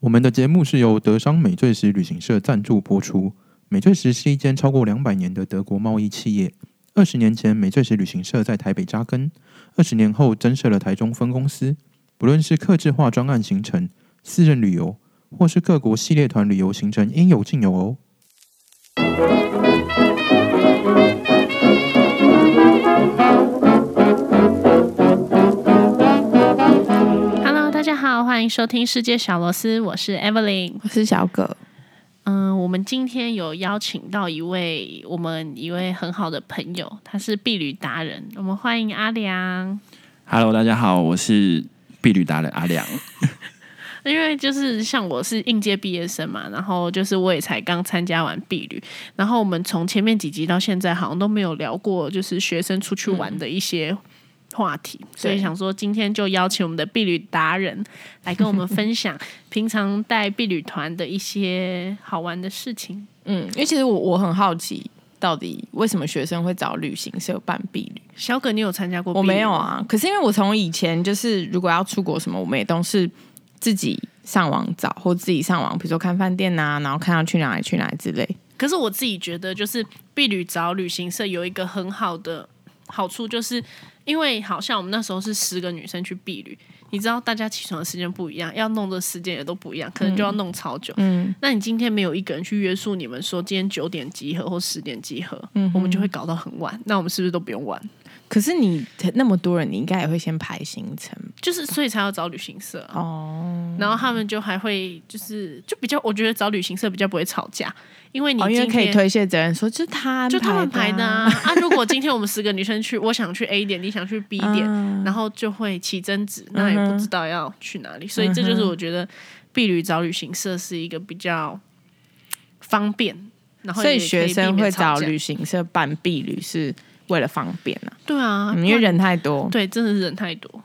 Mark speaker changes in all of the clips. Speaker 1: 我们的节目是由德商美最时旅行社赞助播出。美最时是一间超过两百年的德国贸易企业。二十年前，美最时旅行社在台北扎根；二十年后，增设了台中分公司。不论是客制化专案行程、私人旅游，或是各国系列团旅游行程，应有尽有哦。
Speaker 2: Hello，大家好，欢迎收听《世界小螺丝》，我是 Evelyn。
Speaker 3: 我是小葛，
Speaker 2: 嗯，我们今天有邀请到一位我们一位很好的朋友，他是避旅达人，我们欢迎阿良。
Speaker 4: Hello，大家好，我是碧旅达人阿良。
Speaker 2: 因为就是像我是应届毕业生嘛，然后就是我也才刚参加完毕旅，然后我们从前面几集到现在好像都没有聊过就是学生出去玩的一些话题，所以
Speaker 3: 嗯对
Speaker 2: 想说今天就邀请我们的毕旅达人来跟我们分 享平常带毕旅团的一些好玩的事情。
Speaker 3: 嗯，因为其实我我很好奇，到底为什么学生会找旅行社办毕旅？
Speaker 2: 小葛，你有参加过？
Speaker 3: 我没有，啊，可是因为我从以前就是如果要出国什么，我们也都是自己上网找，或自己上网，比如说看饭店呐、然后看要去哪里去哪里之类。
Speaker 2: 可是我自己觉得，就是
Speaker 3: 嗯
Speaker 2: 避旅找旅行社有一个很好的好处，就是因为好像我们那时候是十个女生去避旅，你知道大家起床的时间不一样，要弄的时间也都不一样，可能就要弄超久。
Speaker 3: 嗯，
Speaker 2: 那你今天没有一个人去约束你们说今天九点集合或十点集合，
Speaker 3: 嗯哼
Speaker 2: 我们就会搞到很晚。那我们是不是都不用玩？
Speaker 3: 可是你那么多人，你应该也会先排行程
Speaker 2: 就是所以才要找旅行社啊、
Speaker 3: 哦。
Speaker 2: 然后他们就还会就是就比较，我觉得找旅行社比较不会吵架，因为你
Speaker 3: 哦，
Speaker 2: 今
Speaker 3: 因
Speaker 2: 天、
Speaker 3: 为可以推卸责任，说就是他安
Speaker 2: 就他们
Speaker 3: 排
Speaker 2: 排的啊
Speaker 3: 啊。。
Speaker 2: 啊，如果今天我们十个女生去，我想去 A 点，你想去 B 点，
Speaker 3: 嗯
Speaker 2: 然后就会起争执，那也不知道要去哪里。所以这就是
Speaker 3: 嗯
Speaker 2: 我觉得避旅找旅行社是一个比较方便，然后
Speaker 3: 所以
Speaker 2: 也可
Speaker 3: 学
Speaker 2: 避
Speaker 3: 生
Speaker 2: 免
Speaker 3: 会
Speaker 2: 吵
Speaker 3: 找
Speaker 2: 架
Speaker 3: 旅行社办毕旅是为了方便啊，
Speaker 2: 对啊，
Speaker 3: 嗯因为
Speaker 2: 不然
Speaker 3: 人太多。
Speaker 2: 对真的是人太多。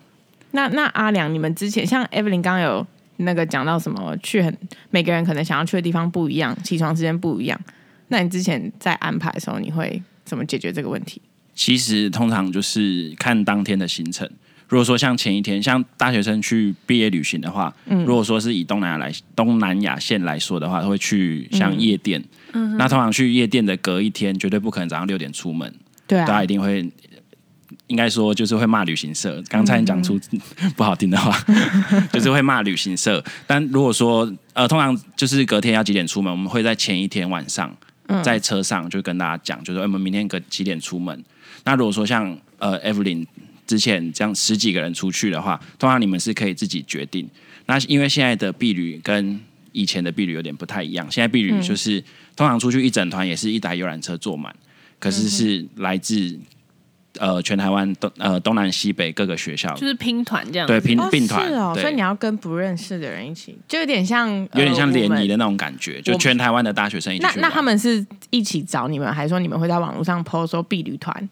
Speaker 3: 那那阿良，你们之前像 Evelyn 刚刚有那个讲到什么去很每个人可能想要去的地方不一样，起床时间不一样。那你之前在安排的时候，你会怎么解决这个问题？
Speaker 4: 其实通常就是看当天的行程。如果说像前一天，像大学生去毕业旅行的话，如果说是以东南亚来东南亚线来说的话，会去像夜店。那通常去夜店的隔一天，绝对不可能早上六点出门，
Speaker 3: 对
Speaker 4: 大家
Speaker 3: 啊
Speaker 4: 一，定会。应该说就是会骂旅行社，刚才你讲
Speaker 3: 嗯
Speaker 4: 出 不好听的话，就是会骂旅行社。但如果说呃，通常就是隔天要几点出门，我们会在前一天晚上
Speaker 3: 嗯
Speaker 4: 在车上就跟大家讲，就是、哎我们明天隔几点出门。那如果说像呃 Evelyn 之前这样十几个人出去的话，通常你们是可以自己决定。那因为现在的避旅跟以前的避旅有点不太一样，现在避
Speaker 3: 嗯
Speaker 4: 旅就是、通常出去一整团也是一台游览车坐
Speaker 3: 嗯
Speaker 4: 满，可是是来自。呃，全台湾东呃东南西北各个学校，
Speaker 2: 就是拼团这样子
Speaker 4: 对拼
Speaker 3: 哦
Speaker 4: 并团，
Speaker 3: 是哦，
Speaker 4: 对
Speaker 3: 所以你要跟不认识的人一起，就有点像
Speaker 4: 有点像联谊。
Speaker 3: 呃我们
Speaker 4: 的那种感觉，
Speaker 3: 我
Speaker 4: 就
Speaker 3: 们
Speaker 4: 全台湾的大学生一起
Speaker 3: 那
Speaker 4: 去
Speaker 3: 那
Speaker 4: 玩
Speaker 3: 他们是一起找你们，还是说你们会在网络上 PO 说避旅团？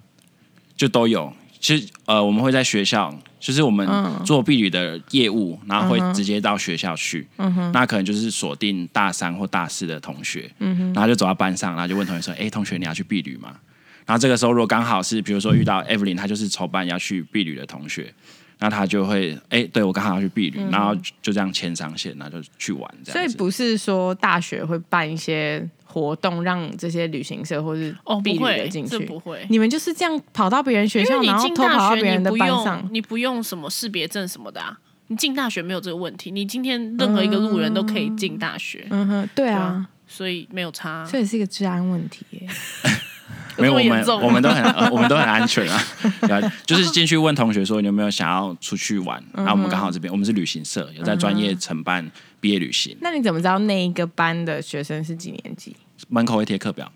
Speaker 4: 就都有。其实呃，我们会在学校，就是我们
Speaker 3: 嗯
Speaker 4: 做避旅的业务，然后会直接到学校去。
Speaker 3: 嗯
Speaker 4: 那可能就是锁定大三或大四的同学，
Speaker 3: 嗯
Speaker 4: 然后就走到班上，然后就问同学说：“哎、同学，你要去避旅吗？”然后这个时候，如果刚好是比如说遇
Speaker 3: 嗯
Speaker 4: 到 Evelyn，她就是筹办要去避旅的同学，那她就会哎、对我刚好要去避旅，然后就就这样牵上线，然后就去玩
Speaker 3: 嗯
Speaker 4: 这
Speaker 3: 所
Speaker 4: 样
Speaker 3: 以
Speaker 4: 子。
Speaker 3: 不是说大学会办一些活动，让这些旅行社或是
Speaker 2: 哦，
Speaker 3: 避
Speaker 2: 不
Speaker 3: 旅的
Speaker 2: 会
Speaker 3: 进，去。
Speaker 2: 这不会。
Speaker 3: 你们就是这样跑到别人
Speaker 2: 欸
Speaker 3: 学
Speaker 2: 因
Speaker 3: 校，
Speaker 2: 为
Speaker 3: 然
Speaker 2: 你
Speaker 3: 后
Speaker 2: 进
Speaker 3: 偷跑
Speaker 2: 大
Speaker 3: 到
Speaker 2: 学，
Speaker 3: 别人
Speaker 2: 你
Speaker 3: 的
Speaker 2: 不
Speaker 3: 班
Speaker 2: 用
Speaker 3: 上。
Speaker 2: 你不用什么识别证什么的啊。你进大学没有这个问题，你今天任何一个路人都可以进大学，
Speaker 3: 嗯哼，对
Speaker 2: 对
Speaker 3: 啊
Speaker 2: 啊，，所以没有差啊。
Speaker 3: 这也是一个治安问题耶。
Speaker 4: 没
Speaker 2: 这么
Speaker 4: 有，我
Speaker 2: 严
Speaker 4: 们
Speaker 2: 重吗
Speaker 4: 我 们都很、呃我们都很安全啊，对啊就是进去问同学说你有没有想要出去玩，
Speaker 2: 嗯
Speaker 4: 然后我们刚好这边我们是旅行社，有在专业承办毕业旅行，
Speaker 3: 那你怎么知道那一个班的学生是几年级？
Speaker 4: 门口会贴课表，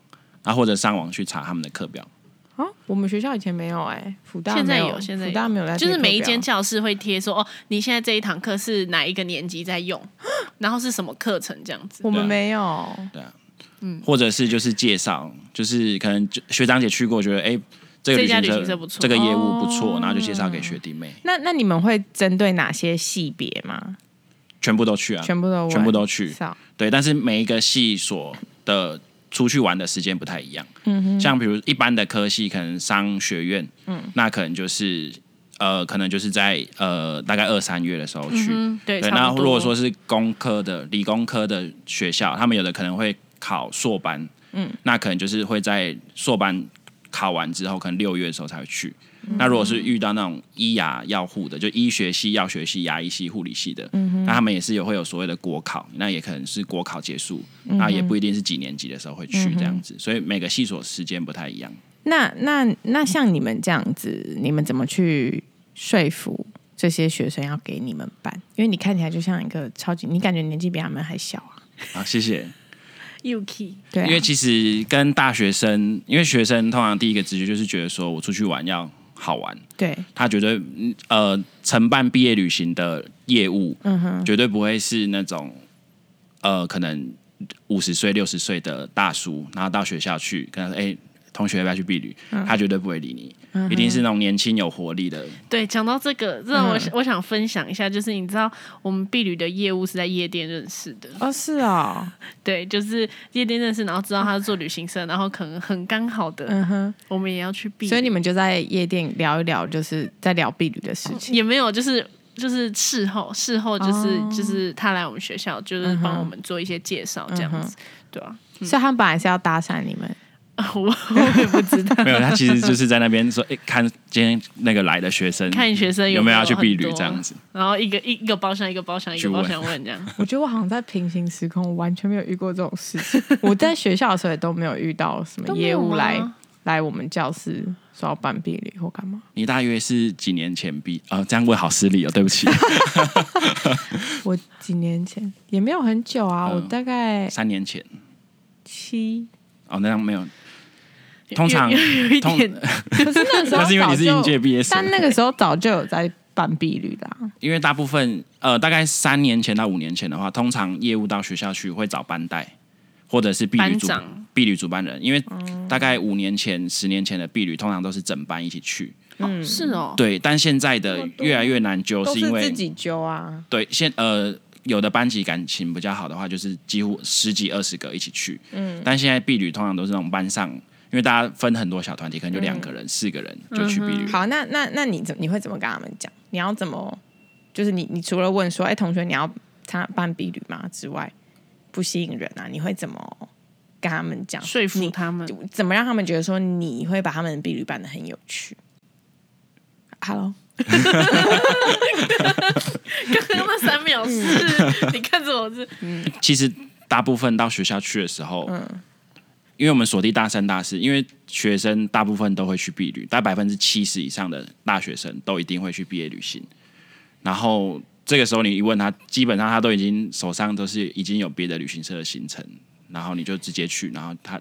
Speaker 4: 然后或者上网去查他们的课表，
Speaker 3: 哦，我们学校以前没有哎，福大
Speaker 2: 现在
Speaker 3: 没
Speaker 2: 有现在
Speaker 3: 福
Speaker 2: 有
Speaker 3: 大没有在贴
Speaker 2: 就
Speaker 3: 课表，
Speaker 2: 是每一间教室会贴说哦，你现在这一堂课是哪一个年级在用， 然后是什么课程这样子。
Speaker 3: 我们
Speaker 4: 对啊
Speaker 3: 没有。
Speaker 2: 嗯
Speaker 4: 或者是就是介绍，就是可能就学长姐去过，觉得哎、这个
Speaker 2: 这
Speaker 4: 旅
Speaker 2: 家
Speaker 4: 行
Speaker 2: 旅
Speaker 4: 社
Speaker 2: 行社不错哦
Speaker 4: 这个业务不错，然后就介绍给学弟妹，
Speaker 3: 那那你们会针对哪些系别吗？
Speaker 4: 全部都去啊，
Speaker 3: 全部都问
Speaker 4: 全部都去，
Speaker 3: 少
Speaker 4: 对，但是每一个系所的出去玩的时间不太一样。像比如一般的科系，可能商学院，那可能就是呃，可能就是在呃大概二三月的时候去。
Speaker 2: 嗯，对，
Speaker 4: 对，
Speaker 2: 差
Speaker 4: 那
Speaker 2: 不多
Speaker 4: 如果说是工科的、理工科的学校，他们有的可能会考硕班，嗯，那可能就是会在硕班考完之后，可能六月的时候才会去。
Speaker 2: 嗯
Speaker 4: 那如果是遇到那种医牙药护的，就医学系、药学系、牙医系、护理系的，
Speaker 2: 嗯
Speaker 4: 那他们也是有会有所谓的国考，那也可能是国考结束，
Speaker 2: 嗯
Speaker 4: 那也不一定是几年级的时候会去这样子，所以每个系所时间不 太一样。
Speaker 3: 那那那像你们这样子，你们怎么去说服这些学生要给你们办？因为你看起来就像一个超级，你感觉年纪比他们还小啊。
Speaker 4: 好，谢谢。
Speaker 2: Yuki，
Speaker 3: 对啊
Speaker 4: 因为其实跟大学生，因为学生通常第一个直觉就是觉得说我出去玩要好玩，
Speaker 3: 对，
Speaker 4: 他绝对嗯呃承办毕业旅行的业务，
Speaker 3: 嗯哼，
Speaker 4: 绝对不会是那种呃可能五十岁六十岁的大叔，然后到学校去跟他说，哎、同学要不要去避旅？他绝对不会理你，一定是那种年轻有活力的。
Speaker 2: 对，讲到这个，这让我、
Speaker 4: 嗯
Speaker 2: 我想分享一下，就是你知道我们婢女的业务是在夜店认识的，
Speaker 3: 哦，是哦，
Speaker 2: 对，就是夜店认识，然后知道他是做旅行社，然后可能很刚好的，
Speaker 3: 嗯哼，
Speaker 2: 我们也要去避旅，
Speaker 3: 所以你们就在夜店聊一聊，就是在聊婢女的事情。
Speaker 2: 也没有就是。就是事后，事
Speaker 3: 哦
Speaker 2: 后就是、就是他来我们学校，就是帮我们做一些介绍这样子，
Speaker 3: 嗯
Speaker 2: 对啊，
Speaker 3: 所以他们本来是要搭讪你们，
Speaker 2: 我我也不知道，
Speaker 4: 没有，他其实就是在那边说，哎、 看今天那个来的学生，
Speaker 2: 看学生
Speaker 4: 有
Speaker 2: 没
Speaker 4: 没有要去避
Speaker 2: 避
Speaker 4: 旅这样子。，
Speaker 2: 然后一个一一个包厢一个包厢一
Speaker 4: 去
Speaker 2: 个
Speaker 4: 问
Speaker 2: 包厢问这样，
Speaker 3: 我觉得我好像在平行时空完全没有遇过这种事情。 我在学校的时候也都没有啊遇到什么
Speaker 2: 都没
Speaker 3: 业
Speaker 2: 有
Speaker 3: 务
Speaker 2: 吗
Speaker 3: 来来我们教室说要办婢女或干嘛。
Speaker 4: 你大约是几年前毕？呃，这样问好失礼哦，对不起，
Speaker 3: 我几年前也没有很久啊，
Speaker 4: 嗯
Speaker 3: 我大概
Speaker 4: 三年前
Speaker 3: 七，
Speaker 4: 哦，那样没有。 通常
Speaker 2: 有有有一
Speaker 4: 通
Speaker 2: 点
Speaker 3: 可是那时候
Speaker 4: 那是因为你是
Speaker 3: 早就
Speaker 4: 应届毕业生啊
Speaker 3: 但，那个时候早就有在办婢女啦。
Speaker 4: 因为大部分呃，大概三年前到五年前的话，通常业务到学校去会找班带或者是婢旅
Speaker 2: 班
Speaker 4: 主
Speaker 2: 长
Speaker 4: 婢旅主办人，因为大概五年前、十年前的婢旅通常都是整班一起去，
Speaker 2: 哦是哦，
Speaker 4: 对，但现在的越来越难揪，
Speaker 3: 都
Speaker 4: 因为
Speaker 3: 自己揪啊，
Speaker 4: 对，现呃有的班级感情比较好的话，就是几乎十几二十个一起去。嗯，但现在避旅通常都是那种班上，因为大家分很多小团体，可能就两个人、四个人就去避旅。
Speaker 3: 好，那那那你怎你会怎么跟他们讲？你要怎么？就是你你除了问说，哎、同学，你要参办婢女吗？之外，不吸引人啊，你会怎么跟他们讲？
Speaker 2: 说服
Speaker 3: 你
Speaker 2: 他们，
Speaker 3: 怎么让他们觉得说你会把他们的婢女办的很有趣？Hello，
Speaker 2: 刚刚那三秒是，你看着我是，
Speaker 4: 其实大部分到学校去的时候，因为我们锁定大三、大四，因为学生大部分都会去避旅，大概百分之七十以上的大学生都一定会去毕业旅行。然后这个时候你一问他，基本上他都已经手上都是已经有别的旅行社的行程，然后你就直接去，然后他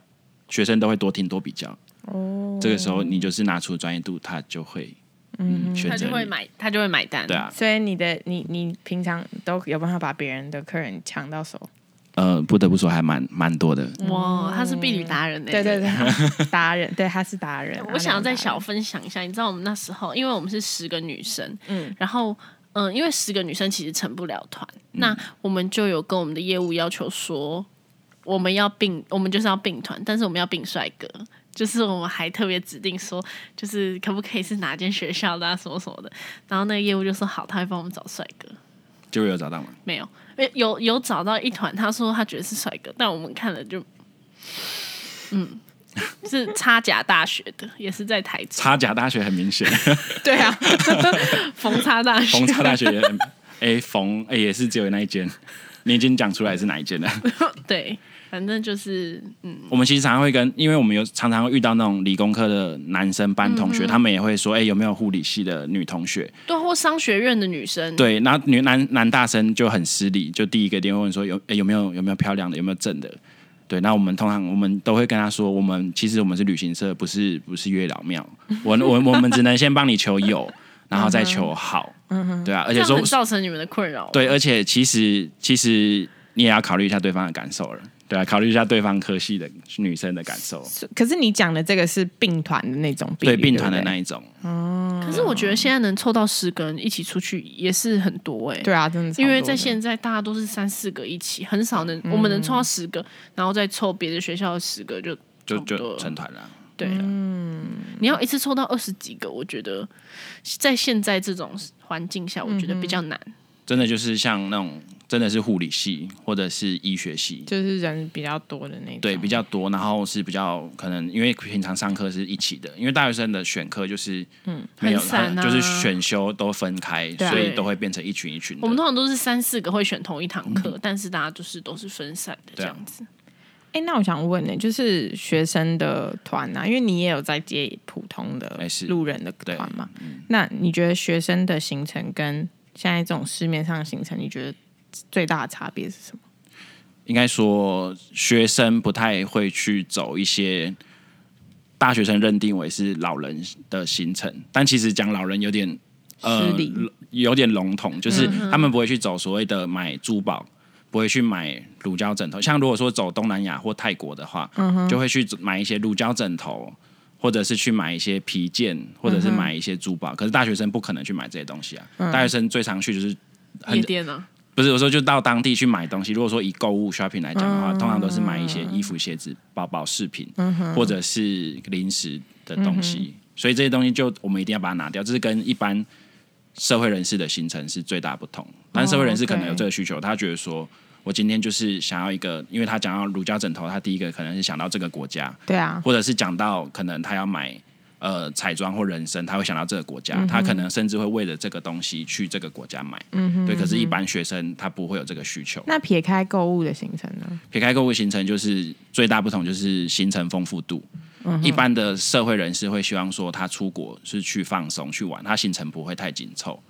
Speaker 4: 学生都会多听多比较。哦，这个时候你就是拿出专业度，他就会嗯选
Speaker 2: 他
Speaker 4: 择
Speaker 2: 就会
Speaker 4: 你。
Speaker 2: 买，他就会买单。
Speaker 4: 对啊，
Speaker 3: 所以你的你你平常都有办法把别人的客人抢到手？
Speaker 4: 呃，不得不说还蛮蛮多的。
Speaker 2: 哇，他是婢女达人呢、欸
Speaker 3: 对对。对， 达人，对，他是达人。
Speaker 2: 我想要再小
Speaker 3: 小，
Speaker 2: 分享一下，你知道我们那时候，因为我们是十个女生，嗯，然后嗯、因为十个女生其实成不了团，那我们就有跟我们的业务要求说，我们要并，我们就是要并团，但是我们要并帅哥，就是我们还特别指定说，就是可不可以是哪间学校的啊，什么什么的，然后那个业务就说好，他会帮我们找帅哥，
Speaker 4: 就有找到吗？
Speaker 2: 没有，诶有有找到一团，他说他觉得是帅哥，但我们看了就，嗯，是差甲大学的，也是在台中，
Speaker 4: 差甲大学很明显。
Speaker 3: 对 啊，
Speaker 2: 逢差大学，
Speaker 4: 逢差大学 也很，哎，逢哎也是只有那一间。你已经讲出来是哪一间了？
Speaker 2: 对，反正就是
Speaker 4: 我们其实常常会跟，因为我们有常常会遇到那种理工科的男生班同学，他们也会说，哎、有没有护理系的女同学？
Speaker 2: 对，或商学院的女生，，
Speaker 4: 对，然后女男男大生就很失礼，就第一个一定会问说有、诶有没有有没有漂亮的，有没有正的？对，那我们通常我们都会跟他说，我们其实我们是旅行社，不是不是月老庙，我我我们只能先帮你求有，然后再求好，对啊，
Speaker 2: 这
Speaker 4: 而且
Speaker 2: 样
Speaker 4: 说
Speaker 2: 很造成你们的困扰。
Speaker 4: 对，而且其实其实你也要考虑一下对方的感受了，对啊，考虑一下对方科系的女生的感受，
Speaker 3: 可是你讲的这个是病团的那种病
Speaker 4: 对
Speaker 3: 例，
Speaker 4: 病团的
Speaker 3: 不
Speaker 4: 那
Speaker 3: 对
Speaker 4: 一种，
Speaker 2: 可是我觉得现在能凑到十个人一起出去也是很多哎、
Speaker 3: 对啊，真的超多的，
Speaker 2: 因为在现在大家都是三四个一起，
Speaker 4: 嗯
Speaker 2: 很少能、我们能凑到十个，然后再凑别的学校的十个就
Speaker 4: 就
Speaker 2: 差不多
Speaker 4: 就
Speaker 2: 了
Speaker 4: 成团了。
Speaker 2: 对啊，
Speaker 4: 嗯
Speaker 2: 你要一次抽到二十几个，我觉得在现在这种环境下，我觉得比
Speaker 4: 嗯
Speaker 2: 较难。
Speaker 4: 真的就是像那种真的是护理系或者是医学系，
Speaker 3: 就是人比较多的那种。
Speaker 4: 对比较多，然后是比较可能因为平常上课是一起的，因为大学生的选课就是嗯没有
Speaker 2: 很散啊
Speaker 4: 就是选修都分开，
Speaker 3: 对啊
Speaker 4: 所以都会变成一群一群
Speaker 2: 我们
Speaker 4: 的。
Speaker 2: 通常都是三四个会选同一堂课，但是大家就是都是分散的这
Speaker 4: 嗯对啊
Speaker 2: 样子。
Speaker 3: 哎、那我想问呢、就是学生的团啊，因为你也有在接普通的
Speaker 4: 哎是
Speaker 3: 路人的
Speaker 4: 对嗯
Speaker 3: 团嘛，那你觉得学生的行程跟现在这种市面上的行程，你觉得最大的差别是什么？
Speaker 4: 应该说学生不太会去走一些大学生认定为是老人的行程，但其实讲老人有点呃
Speaker 3: 失礼
Speaker 4: 有点笼统，就是他们不会去走所谓的买珠宝，不会去买乳胶枕头。像如果说走东南亚或泰国的话，就会去买一些乳胶枕头，或者是去买一些皮件，或者是买一些珠宝。可是大学生不可能去买这些东西啊，大学生最常去就是很
Speaker 2: 夜店啊，
Speaker 4: 不是，有时候就到当地去买东西。如果说以购物 shopping 来讲的话，通常都是买一些衣服、鞋子、包包、饰品，或者是零食的东西。所以这些东西就我们一定要把它拿掉，这是跟一般社会人士的行程是最大不同。但社会人士可能有这个需求，他觉得说。我今天就是想要一个，因为他讲到乳胶枕头，他第一个可能是想到这个国家，
Speaker 3: 对啊，
Speaker 4: 或者是讲到可能他要买呃彩妆或人参，他会想到这个国家，他可能甚至会为了这个东西去这个国家买。对。可是，一般学生他不会有这个需求。
Speaker 3: 那撇开购物的行程呢？
Speaker 4: 撇开购物行程，就是最大不同就是行程丰富度。一般的社会人士会希望说，他出国是去放松、去玩，他行程不会太紧凑。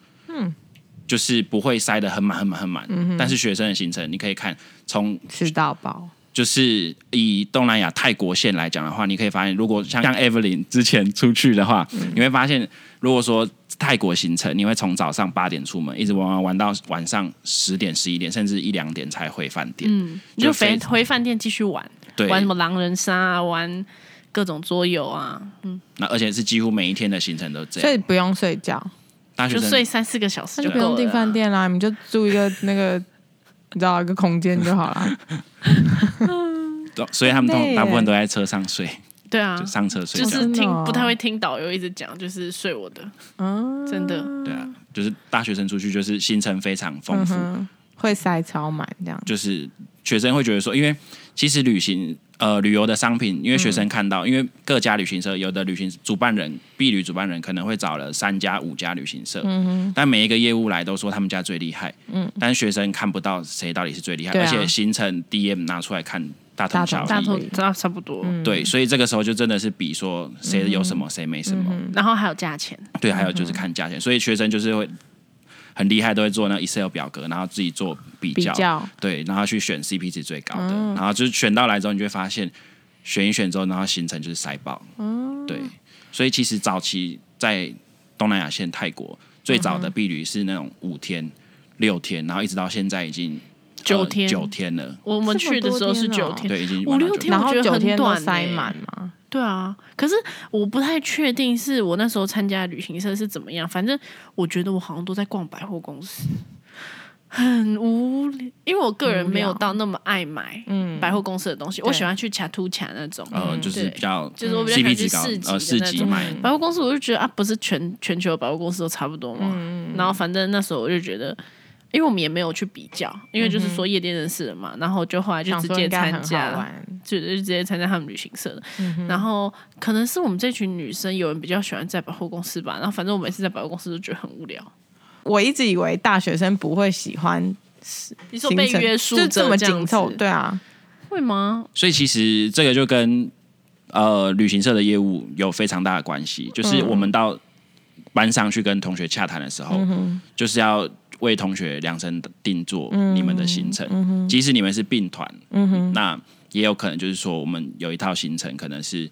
Speaker 4: 就是不会塞得很满、很满、很满。但是学生的行程，你可以看从
Speaker 3: 吃到饱，
Speaker 4: 就是以东南亚泰国线来讲的话，你可以发现，如果像像 Evelyn 之前出去的话，你会发现，如果说泰国行程，你会从早上八点出门，一直玩玩玩到晚上十点、十一点，甚至一两点才回饭店。嗯，
Speaker 2: 你就回回饭店继续玩，
Speaker 4: 对，
Speaker 2: 玩什么狼人杀啊，玩各种桌游啊，
Speaker 4: 那而且是几乎每一天的行程都这
Speaker 3: 所以
Speaker 4: 样。
Speaker 3: 不用睡觉，
Speaker 4: 大学
Speaker 2: 就
Speaker 4: 生
Speaker 2: 睡三四个小时
Speaker 3: 那就不
Speaker 2: 够了
Speaker 3: 用
Speaker 2: 啊
Speaker 3: 订
Speaker 2: 啦。
Speaker 3: 饭店
Speaker 4: 啊
Speaker 3: 啦，你们就住一个那个， 你知道一个空间就好 啦。
Speaker 4: 都，所以他们
Speaker 3: 很累
Speaker 4: 都
Speaker 3: 耶
Speaker 4: 大部分都在车上睡，
Speaker 2: 对啊
Speaker 4: 就，上车睡
Speaker 2: 就
Speaker 4: 觉。
Speaker 2: 是
Speaker 3: 真的
Speaker 2: 听
Speaker 3: 哦
Speaker 2: 不太会听导游一直讲，就是睡我的，
Speaker 3: 嗯，
Speaker 2: 真的。
Speaker 4: 对啊，就是大学生出去就是行程非常丰
Speaker 3: 嗯
Speaker 4: 富。
Speaker 3: 哼，会塞超满这样。
Speaker 4: 就是学生会觉得说，因为其实旅行呃旅游的商品，因为学生看到，因为各家旅行社有的旅行主办人、B 旅主办人可能会找了三家、五家旅行社，
Speaker 3: 嗯
Speaker 4: 但每一个业务来都说他们家最厉害，嗯，但学生看不到谁到底是最厉害，
Speaker 3: 对啊
Speaker 4: 而且行程 DM 拿出来看大同小
Speaker 2: 大
Speaker 3: 大
Speaker 4: 异
Speaker 2: 头，差差不多，
Speaker 3: 嗯
Speaker 4: 对，所以这个时候就真的是比说谁有什么，谁没什么，
Speaker 3: 嗯
Speaker 2: 然后还有价钱，
Speaker 4: 对，还有就是看价钱，所以学生就是会。很厉害，都会做那 Excel 表格，然后自己做
Speaker 3: 比较
Speaker 4: 对，然后去选 CP 值最高的，
Speaker 2: 嗯
Speaker 4: 然后就是选到来之后，你就会发现选一选之后，然后行程就是塞爆。
Speaker 2: 嗯
Speaker 4: 对，所以其实早期在东南亚线泰国最早的避旅是那种五天、六天，然后一直到现在已经呃
Speaker 2: 九天
Speaker 4: 九天了。
Speaker 2: 我们去的时候是
Speaker 3: 这么
Speaker 2: 九
Speaker 3: 多天哦
Speaker 2: 天，
Speaker 4: 对，已经
Speaker 2: 五
Speaker 4: 玩到
Speaker 2: 六
Speaker 4: 九
Speaker 2: 天
Speaker 3: 然
Speaker 2: 我
Speaker 3: 后
Speaker 2: 觉得
Speaker 3: 九
Speaker 2: 很
Speaker 3: 天都
Speaker 2: 短
Speaker 3: 塞
Speaker 2: 欸
Speaker 3: 满嘛，
Speaker 2: 对啊，可是我不太确定是我那时候参加的旅行社是怎么样，反正我觉得我好像都在逛百货公司，很无聊，因为我个人没有到那么爱买
Speaker 3: 嗯，
Speaker 2: 百货公司的东西，
Speaker 3: 对
Speaker 2: 我喜欢去卡图卡那种。
Speaker 4: 呃，就是
Speaker 2: 对
Speaker 4: 比较
Speaker 2: 就是我比较喜
Speaker 4: CP
Speaker 2: 欢去
Speaker 4: 值高
Speaker 2: 市集，
Speaker 4: 呃，市
Speaker 2: 的那
Speaker 4: 集
Speaker 2: 种
Speaker 4: 买。
Speaker 2: 百货公司，我就觉得啊，不是全全球的百货公司都差不多嘛。
Speaker 3: 嗯
Speaker 2: 然后反正那时候我就觉得，因为我们也没有去比较，因为就是说夜店认识的嘛，然后就后来就
Speaker 3: 嗯想
Speaker 2: 直
Speaker 3: 说
Speaker 2: 接
Speaker 3: 应该
Speaker 2: 参
Speaker 3: 很
Speaker 2: 加，
Speaker 3: 好玩，
Speaker 2: 就就直接参加他们旅行社的。然后可能是我们这群女生有人比较喜欢在百货公司吧，然后反正我每次在百货公司都觉得很无聊。
Speaker 3: 我一直以为大学生不会喜欢
Speaker 2: 你说
Speaker 3: 行
Speaker 2: 被
Speaker 3: 程，
Speaker 2: 约束
Speaker 3: 就
Speaker 2: 着
Speaker 3: 这么
Speaker 2: 样
Speaker 3: 紧凑，
Speaker 2: 子
Speaker 3: 对啊，
Speaker 2: 会吗？
Speaker 4: 所以其实这个就跟呃旅行社的业务有非常大的关系，就是
Speaker 2: 嗯
Speaker 4: 我们到班上去跟同学洽谈的时候，就是要为同学量身定做
Speaker 3: 嗯
Speaker 4: 你们的行程，即使你们是并团，那也有可能就是说我们有一套行程可能是。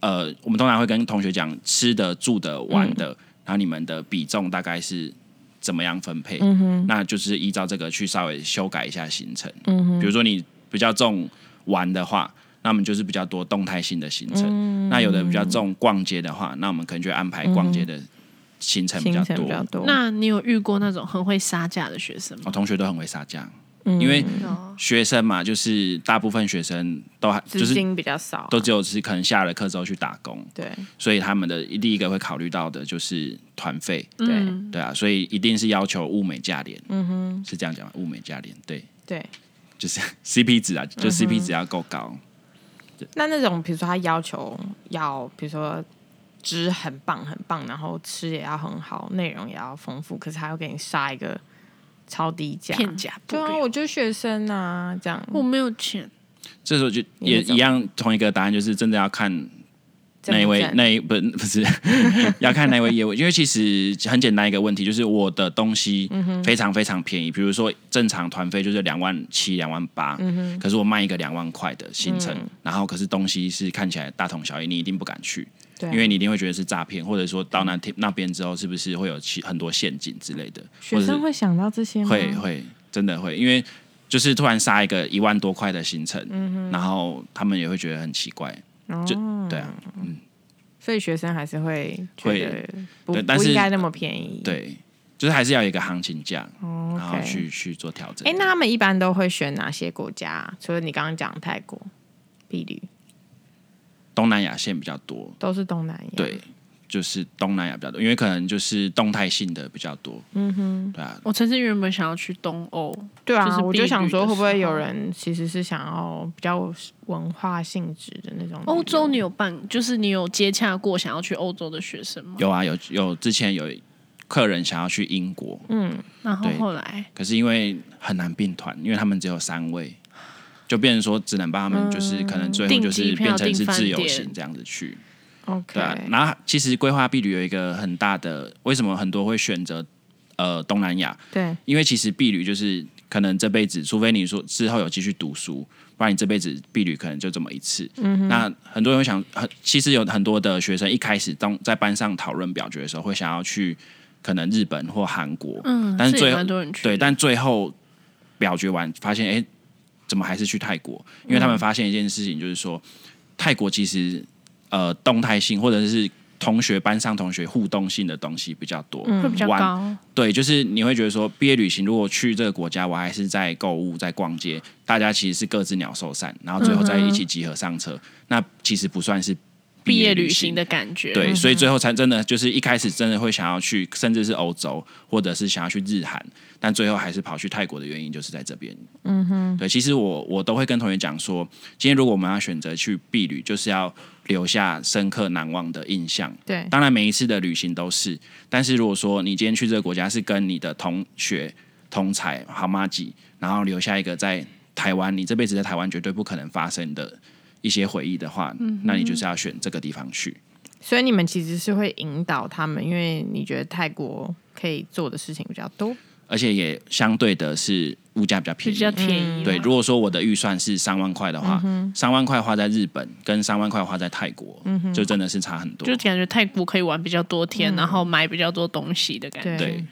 Speaker 4: 呃，我们通常会跟同学讲吃的、住的、玩
Speaker 3: 嗯
Speaker 4: 的，然后你们的比重大概是怎么样分配？
Speaker 3: 嗯
Speaker 4: 那就是依照这个去稍微修改一下行程。
Speaker 3: 嗯
Speaker 4: 比如说你比较重玩的话，那我们就是比较多动态性的行程。
Speaker 3: 嗯
Speaker 4: 那有的比较重逛街的话，那我们可能就安排逛街的行程比
Speaker 3: 行
Speaker 4: 较
Speaker 3: 程
Speaker 4: 多。
Speaker 3: 比较多。
Speaker 2: 那你有遇过那种很会杀价的学生吗？
Speaker 4: 哦我同学都很会杀价，
Speaker 3: 嗯
Speaker 4: 因为
Speaker 2: 哦
Speaker 4: 学生嘛，就是大部分学生都还就
Speaker 3: 资
Speaker 4: 是
Speaker 3: 金比较少，
Speaker 4: 都只有是可能下了课之后去打工，
Speaker 3: 对
Speaker 4: 所以他们的第一个会考虑到的就是团费，
Speaker 3: 对
Speaker 2: 嗯
Speaker 4: 对啊，所以一定是要求物美价廉，
Speaker 3: 嗯哼，
Speaker 4: 是这样讲吗？物美价廉，对，
Speaker 3: 对。
Speaker 4: 就是 CP 值啊，
Speaker 3: 嗯
Speaker 4: 就 CP 值要够高。
Speaker 3: 那那种比如说他要求要，比如说汁很棒很棒，然后吃也要很好，内容也要丰富，可是他要给你杀一个超低价，
Speaker 2: 片价不
Speaker 3: 对啊，
Speaker 2: 给
Speaker 3: 我就学生啊，这样
Speaker 2: 我没有钱，
Speaker 4: 这时候就
Speaker 3: 你
Speaker 4: 也
Speaker 3: 怎么
Speaker 4: 一样，同一个答案就是真的要看
Speaker 3: 这
Speaker 4: 那一位
Speaker 3: 样
Speaker 4: 那一不 不是要看那一位业务，因为其实很简单一个问题，就是我的东西
Speaker 3: 嗯
Speaker 4: 非常非常便宜，比如说正常团费就是两万七、两万八，
Speaker 3: 嗯
Speaker 4: 可是我卖一个两万块的行程，然后可是东西是看起来大同小异，你一定不敢去，
Speaker 3: 对啊
Speaker 4: 因为你一定会觉得是诈骗，或者说到那天那边之后是不是会有其很多陷阱之类的，或
Speaker 3: 学
Speaker 4: 者是
Speaker 3: 生会想到这些吗？
Speaker 4: 会会真的会，因为就是突然杀一个一万多块的行程，
Speaker 3: 嗯
Speaker 4: 然后他们也会觉得很奇怪，就
Speaker 3: 哦，
Speaker 4: 对啊，
Speaker 3: 所以学生还是会觉
Speaker 4: 会
Speaker 3: 得不
Speaker 4: 对但
Speaker 3: 不
Speaker 4: 是
Speaker 3: 应该那么便宜。
Speaker 4: 对，就是还是要有一个行情价，
Speaker 3: 哦
Speaker 4: 然后
Speaker 3: ，OK
Speaker 4: 去去做调整。
Speaker 3: 哎，那他们一般都会选哪些国家啊？除了你刚刚讲的泰国、秘旅，
Speaker 4: 东南亚线比较多，
Speaker 3: 都是东南亚。
Speaker 4: 对，就是东南亚比较多，因为可能就是动态性的比较多，嗯哼，对啊，
Speaker 2: 我曾经原本想要去东欧，
Speaker 3: 对啊，
Speaker 2: 就是
Speaker 3: 我
Speaker 2: 避
Speaker 3: 就想
Speaker 2: 旅
Speaker 3: 说，
Speaker 2: 的
Speaker 3: 会不会
Speaker 2: 时
Speaker 3: 有
Speaker 2: 候
Speaker 3: 人其实是想要比较文化性质的那种旅
Speaker 2: 欧洲
Speaker 3: 游
Speaker 2: 你有办，就是你有接洽过想要去欧洲的学生吗？
Speaker 4: 有啊有有之前有客人想要去英国，
Speaker 2: 然后
Speaker 4: 对
Speaker 2: 后来
Speaker 4: 可是因为很难并团，因为他们只有三位，就变成说只能帮他们，就是可能最后
Speaker 2: 订
Speaker 4: 就
Speaker 2: 机
Speaker 4: 是
Speaker 2: 票
Speaker 4: 变成是
Speaker 2: 订饭
Speaker 4: 自由
Speaker 2: 店
Speaker 4: 行这样子去，
Speaker 3: OK，
Speaker 4: 对啊。然后其实规划避旅有一个很大的，为什么很多会选择呃东南亚？
Speaker 3: 对
Speaker 4: 因为其实避旅就是可能这辈子，除非你说之后有继续读书，不然你这辈子避旅可能就这么一次。
Speaker 2: 嗯
Speaker 4: 那很多人会想，很其实有很多的学生一开始当在班上讨论表决的时候，会想要去可能日本或韩国，
Speaker 2: 嗯，
Speaker 4: 但是
Speaker 2: 这也
Speaker 4: 最后
Speaker 2: 蛮多人去的，
Speaker 4: 对，但最后表决完发现，哎、怎么还是去泰国？因为
Speaker 2: 嗯
Speaker 4: 他们发现一件事情，就是说、泰国其实呃动态性或者是同学班上同学互动性的东西比较多。
Speaker 2: 嗯会比较
Speaker 4: 玩
Speaker 2: 高，
Speaker 4: 对，就是你会觉得说，毕业旅行如果去这个国家，我还是在购物、在逛街，大家其实是各自鸟兽散，然后最后再一起集合上车，那其实不算是
Speaker 2: 嗯毕业
Speaker 4: 旅
Speaker 2: 旅行的嗯感觉，
Speaker 4: 对，所以最后才真的就是一开始真的会想要去，甚至是欧洲，或者是想要去日韩，但最后还是跑去泰国的原因就是在这边。嗯哼，对，其实我我都会跟同学讲说，今天如果我们要选择去避旅，就是要留下深刻难忘的印象。
Speaker 3: 对
Speaker 4: 当然每一次的旅行都是，但是如果说你今天去这个国家是跟你的同学、同才、好妈吉，然后留下一个在台湾，你这辈子在台湾绝对不可能发生的一些回忆的话，
Speaker 2: 嗯
Speaker 4: 那你就是要选这个地方去。
Speaker 3: 所以你们其实是会引导他们，因为你觉得泰国可以做的事情比较多。
Speaker 4: 而且也相对的是物价比较便
Speaker 2: 比
Speaker 4: 宜。
Speaker 2: 较便宜嘛。嗯
Speaker 4: 对，如果说我的预算是三万块的话，三、万块花在日本跟三万块花在泰国，就真的是差很多
Speaker 2: 嗯就。感觉泰国可以玩比较多
Speaker 3: 嗯
Speaker 2: 天，然后买比较多东西的感觉。
Speaker 4: 对，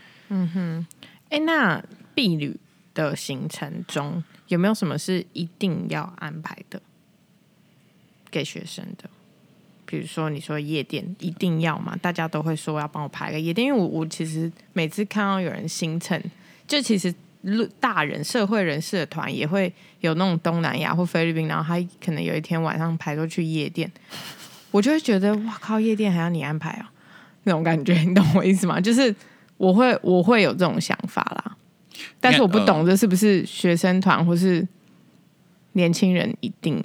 Speaker 3: 哎，那避旅的行程中有没有什么是一定要安排的给学生的？比如说，你说夜店一定要嘛？大家都会说要帮我排个夜店，因为我我其实每次看到有人行程，就其实路大人社会人士的团也会有那种东南亚或菲律宾，然后他可能有一天晚上排说去夜店，我就会觉得哇靠，夜店还要你安排啊，那种感觉，你懂我意思吗？就是我会我会有这种想法啦，但是我不
Speaker 4: 呃
Speaker 3: 懂这是不是学生团或是年轻人一定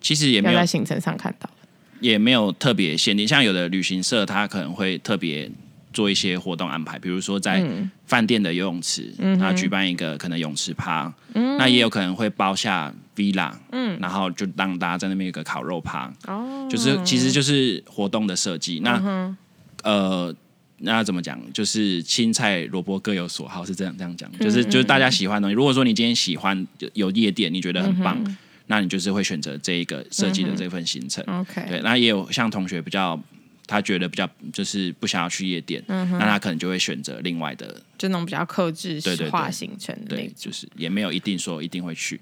Speaker 4: 其实也没
Speaker 3: 要
Speaker 4: 有
Speaker 3: 在行程上看到的。
Speaker 4: 也没有特别限定，像有的旅行社它可能会特别做一些活动安排，比如说在饭店的游泳池，然后举办一个可能泳池趴，那也有可能会包下 villa，嗯，然后就让大家在那边有个烤肉趴，哦，嗯就是其实就是活动的设计。那、呃，那怎么讲？就是青菜萝卜各有所好，是这样这样讲，就是就是大家喜欢的东西。如果说你今天喜欢有夜店，你觉得很棒，那你就是会选择这一个设计的这份行程。
Speaker 3: OK，
Speaker 4: 对，那也有像同学比较，他觉得比较就是不想要去夜店，
Speaker 3: 嗯
Speaker 4: 那他可能就会选择另外的，
Speaker 3: 就那种比较克制化行程的那
Speaker 4: 对，
Speaker 3: 种。
Speaker 4: 就是也没有一定说一定会去。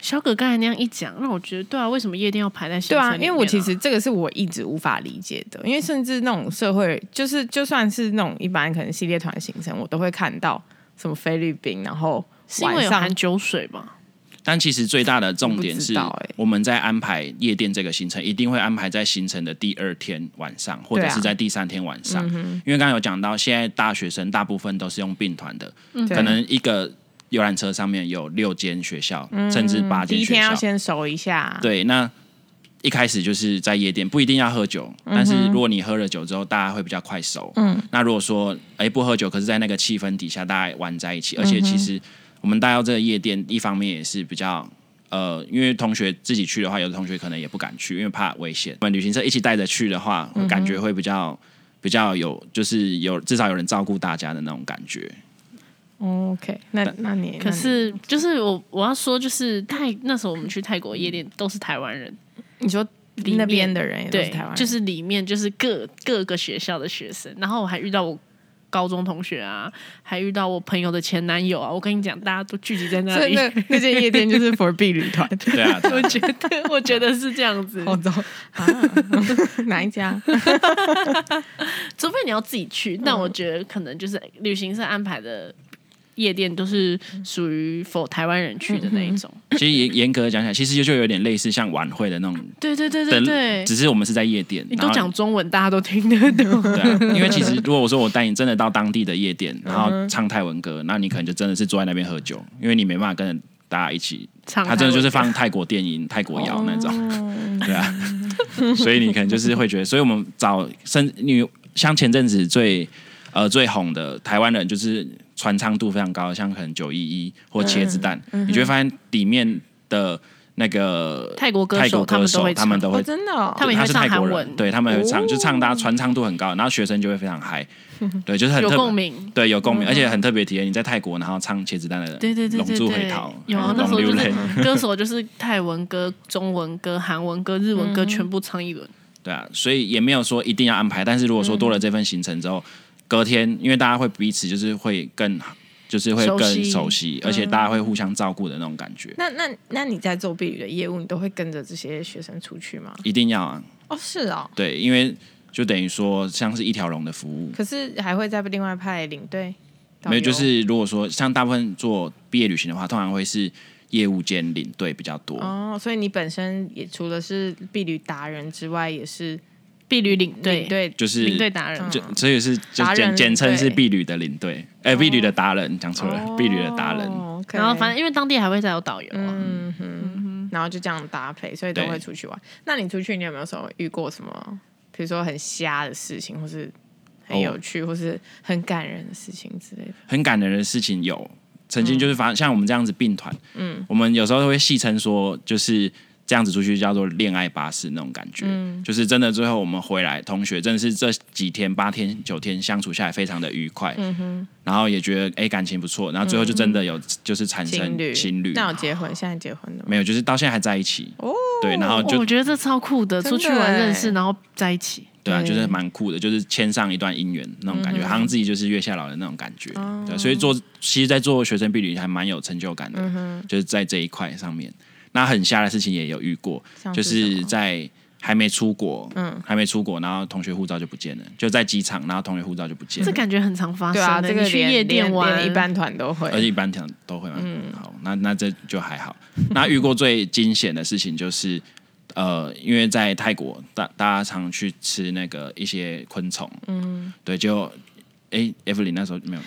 Speaker 2: 小葛刚才那样一讲，让我觉得对啊，为什么夜店要排在行
Speaker 3: 对
Speaker 2: 程
Speaker 3: 啊，
Speaker 2: 里面
Speaker 3: 因为我其实这个是我一直无法理解的，因为甚至那种社会，就是就算是那种一般可能系列团行程，我都会看到什么菲律宾，然后
Speaker 2: 是因为有
Speaker 3: 晚上
Speaker 2: 含酒水吧？
Speaker 4: 但其实最大的重点
Speaker 3: 不知
Speaker 4: 是
Speaker 3: 道欸，
Speaker 4: 我们在安排夜店这个行程，一定会安排在行程的第二天晚上，或者
Speaker 3: 啊
Speaker 4: 是在第三天晚上。
Speaker 3: 嗯
Speaker 4: 因为刚刚有讲到，现在大学生大部分都是用并团的，
Speaker 3: 对
Speaker 4: 可能一个游览车上面有六间学校，甚至八
Speaker 3: 嗯第
Speaker 4: 间
Speaker 3: 一
Speaker 4: 学
Speaker 3: 天要
Speaker 4: 校。
Speaker 3: 先熟一下，
Speaker 4: 对，那一开始就是在夜店，不一定要喝酒，
Speaker 2: 嗯
Speaker 4: 但是如果你喝了酒之后，大家会比较快熟。嗯，那如果说哎、不喝酒，可是在那个气氛底下大家玩在一起，而
Speaker 2: 嗯
Speaker 4: 且其实我们带到这个夜店，一方面也是比较。呃，因为同学自己去的话，有的同学可能也不敢去，因为怕危险。我们旅行社一起带着去的话，
Speaker 2: 嗯
Speaker 4: 感觉会比较比较有，就是有至少有人照顾大家的那种感 觉。
Speaker 3: 哦，OK，那那你
Speaker 2: 可是就是我我要说，就是泰那时候我们去泰国夜店都是台湾人，
Speaker 3: 那你你说
Speaker 2: 面
Speaker 3: 那边的人也都是
Speaker 2: 对
Speaker 3: 台湾，人，
Speaker 2: 就是里面就是各各个学校的学生，然后我还遇到我。高中同学啊，还遇到我朋友的前男友啊，我跟你讲，大家都聚集在那
Speaker 3: 所以
Speaker 2: 里。
Speaker 3: 那那间夜店就是 for B 旅团，
Speaker 4: 对啊，对啊
Speaker 2: 我觉得，我觉得是这样 子。
Speaker 3: 好糟啊，哪一家？
Speaker 2: 除非你要自己去，但我觉得可能就是旅行社安排的夜店都是属于否台湾人去的那一种。
Speaker 4: 其实严严格讲起来，其实就有点类似像晚会的那种
Speaker 2: 对对对对
Speaker 4: 等，
Speaker 2: 对，
Speaker 4: 只是我们是在夜店，
Speaker 2: 你
Speaker 4: 然
Speaker 2: 都
Speaker 4: 后
Speaker 2: 讲中文，大家都听得 懂。
Speaker 4: 对啊，因为其实如果我说我带你真的到当地的夜店，然后唱泰文歌，那你可能就真的是坐在那边喝酒，因为你没办法跟大家一起，
Speaker 2: 唱
Speaker 4: 他真的就是
Speaker 2: 泰文歌
Speaker 4: 放泰国电影、泰国摇那种，对啊， 所以你可能就是会觉得，所以我们找甚你像前阵子最呃最红的台湾人，就是传唱度非常高，像可能九一一或茄子蛋，你就会发现里面的那个
Speaker 2: 泰国歌手
Speaker 4: 泰国
Speaker 2: 他
Speaker 4: 歌
Speaker 2: 们都
Speaker 4: 手
Speaker 2: 会
Speaker 4: 他们都
Speaker 3: 哦，
Speaker 4: 会
Speaker 3: 真的哦，
Speaker 2: 他们也
Speaker 4: 他
Speaker 2: 会
Speaker 4: 是
Speaker 2: 唱
Speaker 4: 泰
Speaker 2: 韩
Speaker 4: 国
Speaker 2: 文
Speaker 4: 人，，对他们会唱，
Speaker 3: 哦
Speaker 4: 就唱大家传唱度很高，然后学生就会非 常嗨，对，就是很
Speaker 2: 有
Speaker 4: 特
Speaker 2: 共鸣。嗯
Speaker 4: 对有共鸣，而且很特别体验。你在泰国，然后唱茄子蛋的《
Speaker 2: 对对对
Speaker 4: 龙
Speaker 2: 对
Speaker 4: 珠回
Speaker 2: 对
Speaker 4: 逃》，
Speaker 2: 有啊
Speaker 4: 嗯
Speaker 2: 那时候
Speaker 4: 龙
Speaker 2: 就
Speaker 4: 流泪，
Speaker 2: 是歌手就是泰文歌、中文歌、韩文歌、日文歌全部唱一轮。
Speaker 4: 对啊，所以也没有说一定要安排，但是如果说多了这份行程之后，隔天因为大家会彼此就是会更就是会
Speaker 2: 熟
Speaker 4: 更
Speaker 2: 悉
Speaker 4: 熟悉，
Speaker 2: 嗯
Speaker 4: 而且大家会互相照顾的那种感觉，
Speaker 3: 那那那你在做 B 旅的业务，你都会跟着这些学生出去吗？
Speaker 4: 一定要啊，
Speaker 3: 哦，是哦，
Speaker 4: 对，因为就等于说像是一条龙的服务。
Speaker 3: 可是还会再另外派领队，导游
Speaker 4: 没有，就是如果说像大部分做毕业旅行的话，通常会是业务兼领队比较多。
Speaker 3: 哦，所以你本身也除了是 B 旅达人之外，也是
Speaker 2: 碧旅领
Speaker 3: 领
Speaker 2: 队，
Speaker 3: 队
Speaker 4: 就是
Speaker 2: 领队达人，
Speaker 4: 就所以是就
Speaker 3: 达人
Speaker 4: 简简称是
Speaker 3: 领队
Speaker 4: 毕旅的领队，哎，毕旅的达人讲错了，毕旅的达人。
Speaker 3: 哦，OK
Speaker 2: 然后反正因为当地还会再有导游啊，
Speaker 3: 嗯哼，然后就这样搭配，所以都
Speaker 4: 对
Speaker 3: 会出去玩。那你出去，你有没有什么遇过什么，比如说很瞎的事情，或是很
Speaker 4: 哦
Speaker 3: 有趣，或是很感人的事情之类的？
Speaker 4: 很感人的事情有，曾经就是发、像我们这样子并团，嗯，我们有时候会戏称说，就是这样子出去叫做恋爱巴士那种感觉，就是真的最后我们回来，同学真的是这几天八天九天相处下来非常的愉快，嗯哼，然后也觉得哎、感情不错，然后最后就真的有、就是产
Speaker 3: 情
Speaker 4: 生
Speaker 3: 侣，
Speaker 4: 情侣，啊
Speaker 3: 那有结婚，现在结婚了吗？
Speaker 4: 没有，就是到现在还在一起，哦，对，然后
Speaker 2: 哦
Speaker 4: 就
Speaker 2: 我觉得这超酷的，
Speaker 3: 真的
Speaker 2: 出去玩
Speaker 3: 欸
Speaker 2: 认识，然后在一起。
Speaker 4: 对啊，
Speaker 3: 对
Speaker 4: 就是蛮酷的，就是牵上一段姻缘那种感觉，好像自己就是月下老人那种感觉。对，所以做其实，在做学生毕旅还蛮有成就感的，就是在这一块上面。那很瞎的事情也有遇过，
Speaker 3: 像
Speaker 4: 就是
Speaker 3: 哦什
Speaker 4: 是
Speaker 3: 么
Speaker 4: 在还没出国，还没出国，然后同学护照就不见了，就在机场，然后同学护照就不见
Speaker 2: 这
Speaker 4: 了。
Speaker 2: 感觉很常发生
Speaker 3: 对啊，
Speaker 2: 的。
Speaker 3: 这个
Speaker 2: 你去
Speaker 3: 连
Speaker 2: 夜店
Speaker 3: 连
Speaker 2: 玩，
Speaker 3: 连一般团都会，
Speaker 4: 而且一般讲都会嘛。
Speaker 2: 嗯
Speaker 4: 好，那那这就还好。 那遇过最惊险的事情就是，呃，因为在泰国，大大家常去吃那个一些昆虫，嗯，对，就哎，Evelyn 那时候没有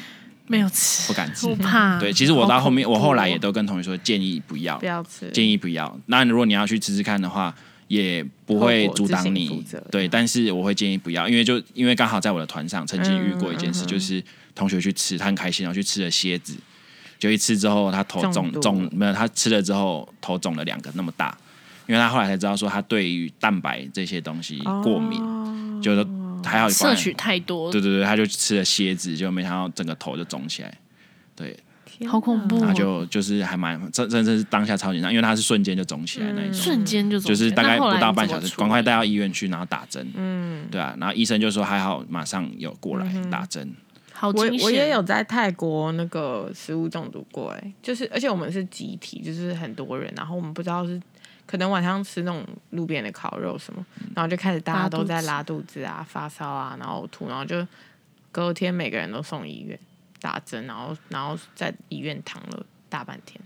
Speaker 2: 没有吃
Speaker 4: 不，敢吃
Speaker 2: 我，怕。
Speaker 4: 对，其实我到后面，
Speaker 2: 好恐
Speaker 4: 我
Speaker 2: 怖哦
Speaker 4: 后来也都跟同学说建议不要
Speaker 3: 不，要吃。
Speaker 4: 建议不要。那如果你要去吃吃看的话，也不
Speaker 3: 后
Speaker 4: 会
Speaker 3: 果
Speaker 4: 阻
Speaker 3: 自
Speaker 4: 挡
Speaker 3: 行负
Speaker 4: 你
Speaker 3: 责，
Speaker 4: 对。但是我会建议不要，因为就因为刚好在我的团上曾经遇过一件事，就是同学去吃，他很开心，然后去吃了蝎子，就一吃之后他头
Speaker 3: 中
Speaker 4: 肿
Speaker 3: 毒
Speaker 4: 肿，没有他吃了之后头肿了两个那么大，因为他后来才知道说他对于蛋白这些东西过敏，
Speaker 3: 哦
Speaker 4: 就还好
Speaker 2: 摄取太多
Speaker 4: 对，对对，他就吃了蝎子，就没想到整个头就肿起来，对。
Speaker 3: 天
Speaker 2: 好恐怖
Speaker 3: 哪
Speaker 4: 然后就就是还蛮，真真真是当下超紧张，因为他是瞬间就肿起来那一种，
Speaker 2: 瞬间就走
Speaker 4: 就是大
Speaker 2: 那
Speaker 4: 概
Speaker 2: 后
Speaker 4: 不
Speaker 2: 来
Speaker 4: 到
Speaker 2: 你
Speaker 4: 半
Speaker 2: 怎么
Speaker 4: 小时，
Speaker 2: 处
Speaker 4: 赶快
Speaker 2: 理
Speaker 4: 带到医院去，然后打针。嗯，对啊，然后医生就说还好，马上有过
Speaker 2: 嗯
Speaker 4: 来打针。
Speaker 2: 好
Speaker 3: 我
Speaker 2: 惊
Speaker 3: 我也
Speaker 2: 险哦
Speaker 3: 有在泰国那个食物中毒过、欸，哎，就是而且我们是集体，就是很多人，然后我们不知道是可能晚上吃那种路边的烤肉什么，
Speaker 4: 嗯
Speaker 3: 然后就开始大家
Speaker 2: 拉肚
Speaker 3: 都在
Speaker 2: 子
Speaker 3: 拉肚子啊、发烧啊，然后呕吐，然后就隔天每个人都送医院打针，然后然后在医院躺了。大半天。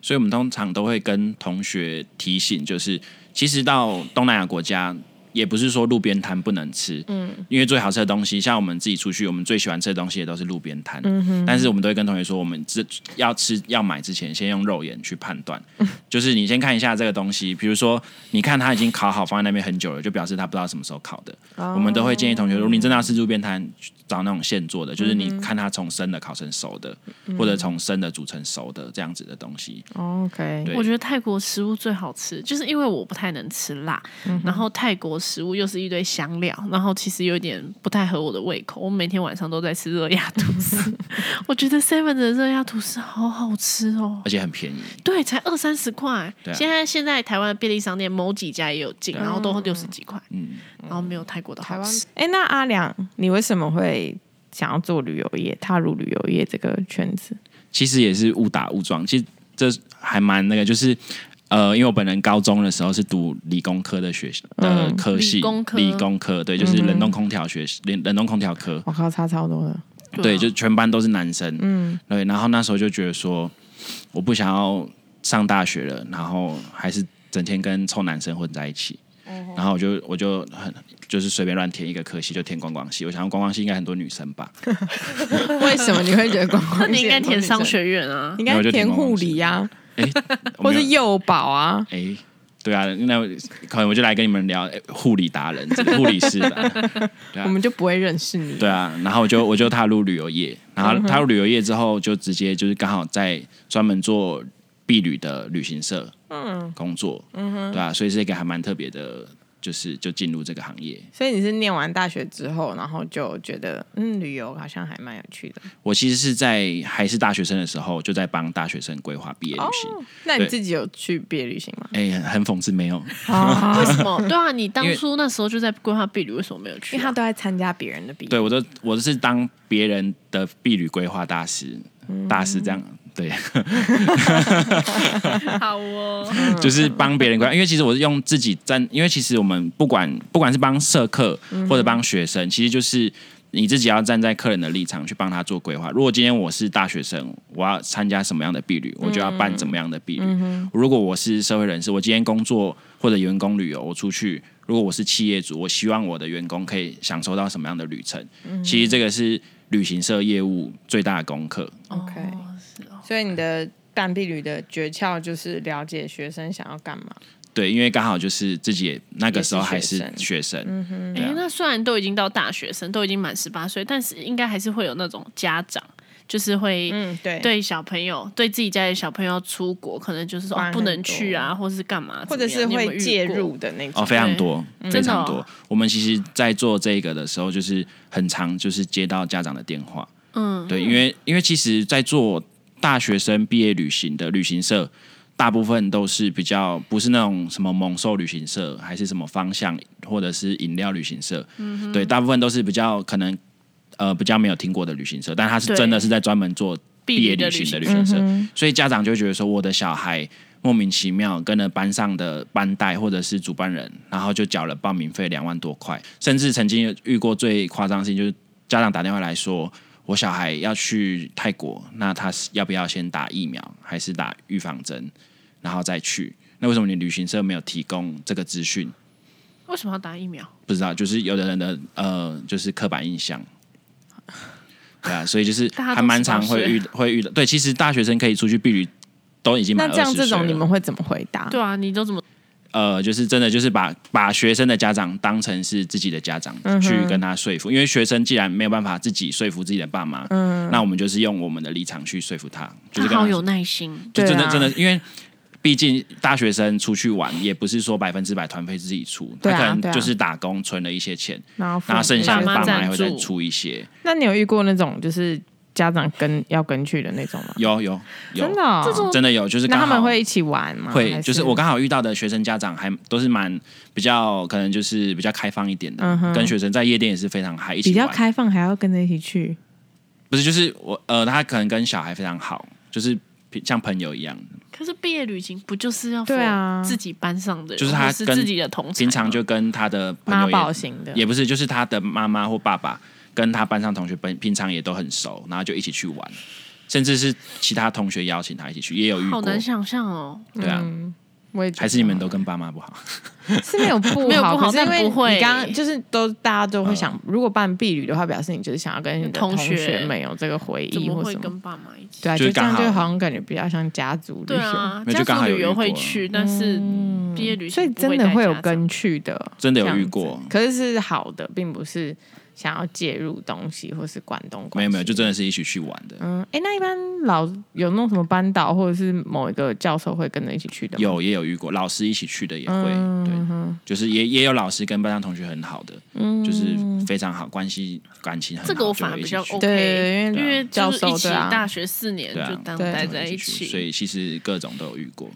Speaker 4: 所以我们通常都会跟同学提醒，就是其实到东南亚国家，也不是说路边摊不能吃，嗯，因为最好吃的东西，像我们自己出去，我们最喜欢吃的东西也都是路边摊，嗯但是我们都会跟同学说，我们这要吃要买之前，先用肉眼去判 断，就是你先看一下这个东西，比如说你看它已经烤好放在那边很久了，就表示它不知道什么时候烤的，我们都会建议同学，如果你真的要吃路边摊，找那种现做的，就是你看它从生的烤成熟的，或者从生的煮成熟的这样子的东西，
Speaker 2: 哦
Speaker 3: OK，
Speaker 4: 对
Speaker 2: 我觉得泰国食物最好吃，就是因为我不太能吃辣，
Speaker 3: 嗯
Speaker 2: 然后泰国食物又是一堆香料，然后其实有点不太合我的胃口。我每天晚上都在吃热压 吐司，我觉得 Seven 的热压吐司好好吃哦。
Speaker 4: 而且很便宜。
Speaker 2: 对，才二三十块。
Speaker 4: 对啊
Speaker 2: 现在现在台湾的便利商店某几家也有进，然后都六十几块，
Speaker 4: 嗯，
Speaker 2: 然后没有泰国的好吃。
Speaker 3: 哎，那阿良，你为什么会想要做旅游业，踏入旅游业这个圈子？
Speaker 4: 其实也是误打误撞，其实这还蛮那个，就是呃，因为我本人高中的时候是读理工科的学的科系，
Speaker 2: 嗯理工科嗯
Speaker 4: 理工科对，就是冷冻空调学系，冷冷冻空调科，
Speaker 3: 我靠，差超多的。
Speaker 4: 对，
Speaker 2: 啊
Speaker 4: 就全班都是男生，嗯，对，然后那时候就觉得说，我不想要上大学了，然后还是整天跟臭男生混在一起，
Speaker 2: 哦
Speaker 4: 然后我就我就很就是随便乱填一个科系，就填观光系，我想要观光系应该很多女生吧，
Speaker 3: 为什么你会觉得观
Speaker 2: 那
Speaker 3: 光？
Speaker 2: 你应该填商，学院啊
Speaker 3: 你。应该填护理呀、
Speaker 4: 哎 我
Speaker 3: 或
Speaker 4: 没有
Speaker 3: 是幼保啊。
Speaker 4: 哎、对啊，那我可能我就来跟你们聊哎护、理达人、这个护理师吧。对
Speaker 3: 我
Speaker 4: 啊，
Speaker 3: 们就不会认识你。
Speaker 4: 对啊，然后我就我就踏入旅游业，然后踏入旅游业之后，就直接就是刚好在专门做避旅的旅行社工作，对啊，所以是一个还蛮特别的，就是就进入这个行业。
Speaker 3: 所以你是念完大学之后，然后就觉得嗯，旅游好像还蛮有趣的。
Speaker 4: 我其实是在还是大学生的时候，就在帮大学生规划毕业旅行。
Speaker 3: 那你
Speaker 4: 对
Speaker 3: 自己有去毕业旅行吗？
Speaker 4: 哎、很讽刺，没有，
Speaker 2: 为
Speaker 3: 哦
Speaker 2: 什么？
Speaker 4: 嗯
Speaker 2: 对啊，你当
Speaker 4: 因为
Speaker 2: 初那时候就在规划避旅，为什么没有去
Speaker 3: 因
Speaker 2: 啊、
Speaker 3: 为他都在参加别人的毕业。
Speaker 4: 对我都我是当别人的避旅规划大师，大师这样，对。
Speaker 2: 好 哦，
Speaker 4: 就是帮别人规划，因为其实我是用自己站，因为其实我们不管不管是帮社客或者帮学生，其实就是你自己要站在客人的立场去帮他做规划。如果今天我是大学生，我要参加什么样的避旅，我就要办怎么样的避旅。如果我是社会人士，我今天工作或者员工旅游，我出去。如果我是企业主，我希望我的员工可以享受到什么样的旅程？其实这个是旅行社业务最大的功课。
Speaker 3: OK
Speaker 2: 哦是哦
Speaker 3: 所以你的办毕旅的诀窍就是了解学生想要干嘛。
Speaker 4: 对，因为刚好就是自己也那个时候还是
Speaker 3: 也是
Speaker 4: 学生，对
Speaker 2: 哎、
Speaker 4: 啊
Speaker 2: 那虽然都已经到大学生，都已经满十八岁，但是应该还是会有那种家长，就是会
Speaker 3: 嗯，对，
Speaker 2: 对小朋友、对自己家里小朋友出国，可能就是说、哦、
Speaker 3: 管很
Speaker 2: 不能去啊，或是干嘛，
Speaker 3: 或者是
Speaker 2: 怎么样
Speaker 3: 会介。
Speaker 2: 你有没有遇
Speaker 3: 入
Speaker 2: 过
Speaker 3: 的那种。
Speaker 4: 哦，非常
Speaker 2: 对
Speaker 4: 多，非
Speaker 2: 真
Speaker 4: 常
Speaker 2: 的
Speaker 4: 多。
Speaker 2: 哦
Speaker 4: 我们其实，在做这个的时候，就是很常就是接到家长的电话，
Speaker 2: 嗯，
Speaker 4: 对，因为因为其实，在做大学生毕业旅行的旅行社，大部分都是比较不是那种什么猛兽旅行社，还是什么方向或者是饮料旅行社，
Speaker 2: 嗯
Speaker 4: 对，大部分都是比较可能呃比较没有听过的旅行社，但他是
Speaker 2: 对
Speaker 4: 真的是在专门做
Speaker 2: 避
Speaker 4: 毕业
Speaker 2: 旅的
Speaker 4: 旅
Speaker 2: 旅
Speaker 4: 行的
Speaker 2: 行嗯
Speaker 4: 旅行社，所以家长就会觉得说，我的小孩莫名其妙跟了班上的班带或者是主办人，然后就缴了报名费两万多块，甚至曾经有遇过最夸张的事情，就是家长打电话来说，我小孩要去泰国，那他是要不要先打疫苗，还是打预防针，然后再去？那为什么你旅行社没有提供这个资讯？
Speaker 2: 为什么要打疫苗？
Speaker 3: 嗯
Speaker 4: 不知道，就是有的人的呃，就是刻板印 象。对啊，所以就是
Speaker 2: 大家都
Speaker 4: 还蛮常会
Speaker 2: 18岁
Speaker 4: 遇会遇到。对，其实大学生可以出去避旅，都已经
Speaker 3: 那
Speaker 4: 满
Speaker 3: 这样
Speaker 4: 20岁
Speaker 3: 这种
Speaker 4: 了
Speaker 3: 你们会怎么回答？
Speaker 2: 对啊，你都怎么？
Speaker 4: 呃，就是真的就是把把学生的家长当成是自己的家长、
Speaker 3: 嗯
Speaker 4: 去跟他说服，因为学生既然没有办法自己说服自己的爸妈，
Speaker 3: 嗯
Speaker 4: 那我们就是用我们的立场去说服他，就
Speaker 2: 他
Speaker 3: 啊
Speaker 4: 是跟
Speaker 2: 好
Speaker 4: 他
Speaker 2: 有耐心。
Speaker 4: 就真
Speaker 3: 对
Speaker 4: 的
Speaker 3: 啊
Speaker 4: 真的，因为毕竟大学生出去玩也不是说百分之百团费自己出，
Speaker 3: 对
Speaker 4: 他
Speaker 3: 啊
Speaker 4: 可能
Speaker 3: 对啊
Speaker 4: 就是打工存了一些钱，
Speaker 3: 然后父
Speaker 4: 然后剩
Speaker 2: 爸
Speaker 4: 下的
Speaker 2: 妈
Speaker 4: 爸妈
Speaker 2: 赞
Speaker 4: 也会再
Speaker 2: 助
Speaker 4: 出一些。
Speaker 3: 那你有遇过那种就是家长跟要跟去的那种吗？
Speaker 4: 有有有，
Speaker 3: 真的哦这
Speaker 2: 种
Speaker 4: 真的有，就是
Speaker 3: 那
Speaker 4: 刚
Speaker 3: 他
Speaker 4: 好
Speaker 3: 们会一起玩吗？还
Speaker 4: 会，就是我刚好遇到的学生家长还都是蛮比较可能就是比较开放一点的，
Speaker 3: 嗯哼
Speaker 4: 跟学生在夜店也是非常嗨，一起
Speaker 3: 比较
Speaker 4: 玩
Speaker 3: 开放，还要跟着一起去。
Speaker 4: 不是就是我呃，他可能跟小孩非常好，就是像朋友一样，
Speaker 2: 可是毕业旅行不就是要
Speaker 3: 对啊
Speaker 2: for 自己班上的人，
Speaker 4: 就是他
Speaker 2: 或是
Speaker 4: 跟
Speaker 2: 自己的同才
Speaker 4: 平
Speaker 2: 吗
Speaker 4: 常就跟他的朋
Speaker 3: 妈
Speaker 4: 友
Speaker 3: 宝
Speaker 4: 啊也
Speaker 3: 型的，
Speaker 4: 也不是，就是他的妈妈或爸爸跟他班上同学本平常也都很熟，然后就一起去玩。甚至是其他同学邀请他一起去，也有遇
Speaker 2: 好
Speaker 4: 过。
Speaker 2: 难想象哦，
Speaker 4: 对啊，
Speaker 3: 嗯我也觉得
Speaker 4: 还是你们都跟爸妈不好，
Speaker 3: 嗯是没有不好，
Speaker 2: 没有不好
Speaker 3: 可是因
Speaker 2: 但
Speaker 3: 为
Speaker 2: 不会
Speaker 3: 你刚刚就是都大家都
Speaker 4: 嗯
Speaker 3: 会想，如果办婢旅的话，表示你就是想要跟你的
Speaker 2: 同
Speaker 3: 同
Speaker 2: 学
Speaker 3: 学们有这个回
Speaker 2: 怎
Speaker 3: 忆
Speaker 2: 么
Speaker 3: 或
Speaker 2: 会
Speaker 3: 什么。
Speaker 2: 跟爸妈一起？
Speaker 3: 对啊，
Speaker 4: 就
Speaker 3: 就是这样
Speaker 4: 刚好
Speaker 3: 就好像感觉比较像家族旅
Speaker 2: 对
Speaker 3: 行，
Speaker 2: 啊，
Speaker 4: 没
Speaker 2: 家
Speaker 4: 有就刚
Speaker 2: 族
Speaker 4: 好有
Speaker 2: 旅游
Speaker 4: 遇过嗯
Speaker 2: 会
Speaker 4: 啊
Speaker 2: 去，但是毕业旅行
Speaker 3: 所以
Speaker 2: 不
Speaker 3: 真
Speaker 2: 带
Speaker 3: 的会有
Speaker 2: 家长
Speaker 3: 跟去的，
Speaker 4: 真的有
Speaker 3: 这样
Speaker 4: 遇
Speaker 3: 子
Speaker 4: 过
Speaker 3: 可是是好的，并不是想要介入东西或是管东管西。
Speaker 4: 没有没有，就真的是一起去玩的。
Speaker 3: 嗯，哎，那一般老有弄什么班导或者是某一个教授会跟着一起去的吗？
Speaker 4: 有也有遇过，老师一起去的也会，
Speaker 3: 嗯
Speaker 4: 对，就是也也有老师跟班上同学很好的，就是非常好，关系感情很好，
Speaker 2: 这个我反而比
Speaker 4: 就一起
Speaker 2: 较
Speaker 4: 去
Speaker 2: OK，
Speaker 3: 对对
Speaker 2: 因
Speaker 3: 对因为
Speaker 2: 为
Speaker 3: 教
Speaker 2: 就是一
Speaker 3: 授
Speaker 2: 起
Speaker 3: 对啊
Speaker 2: 大学四年
Speaker 4: 对啊
Speaker 2: 就当
Speaker 3: 对
Speaker 2: 待
Speaker 4: 就
Speaker 2: 在
Speaker 4: 一起去所
Speaker 2: 起，
Speaker 4: 以其实各种都有遇过。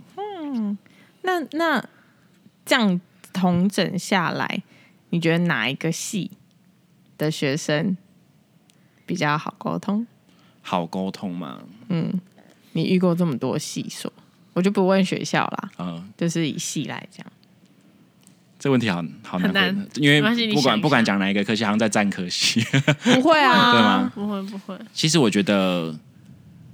Speaker 3: 那那这样统整下来，你觉得哪一个系的学生比较好沟通？
Speaker 4: 好沟通嘛，
Speaker 3: 你遇过这么多系所，我就不问学校啦，
Speaker 4: 嗯、
Speaker 3: 就是以系来讲，
Speaker 4: 这问题好好难
Speaker 2: 很
Speaker 4: 回答，
Speaker 2: 难
Speaker 4: 因
Speaker 2: 没关系
Speaker 4: 为
Speaker 2: 你
Speaker 4: 不
Speaker 2: 想
Speaker 4: 管
Speaker 2: 一
Speaker 4: 不管
Speaker 2: 下
Speaker 4: 讲哪一个科系，好像在占科系。
Speaker 3: 不会啊，
Speaker 4: 对吗
Speaker 2: 不会不会，
Speaker 4: 其实我觉得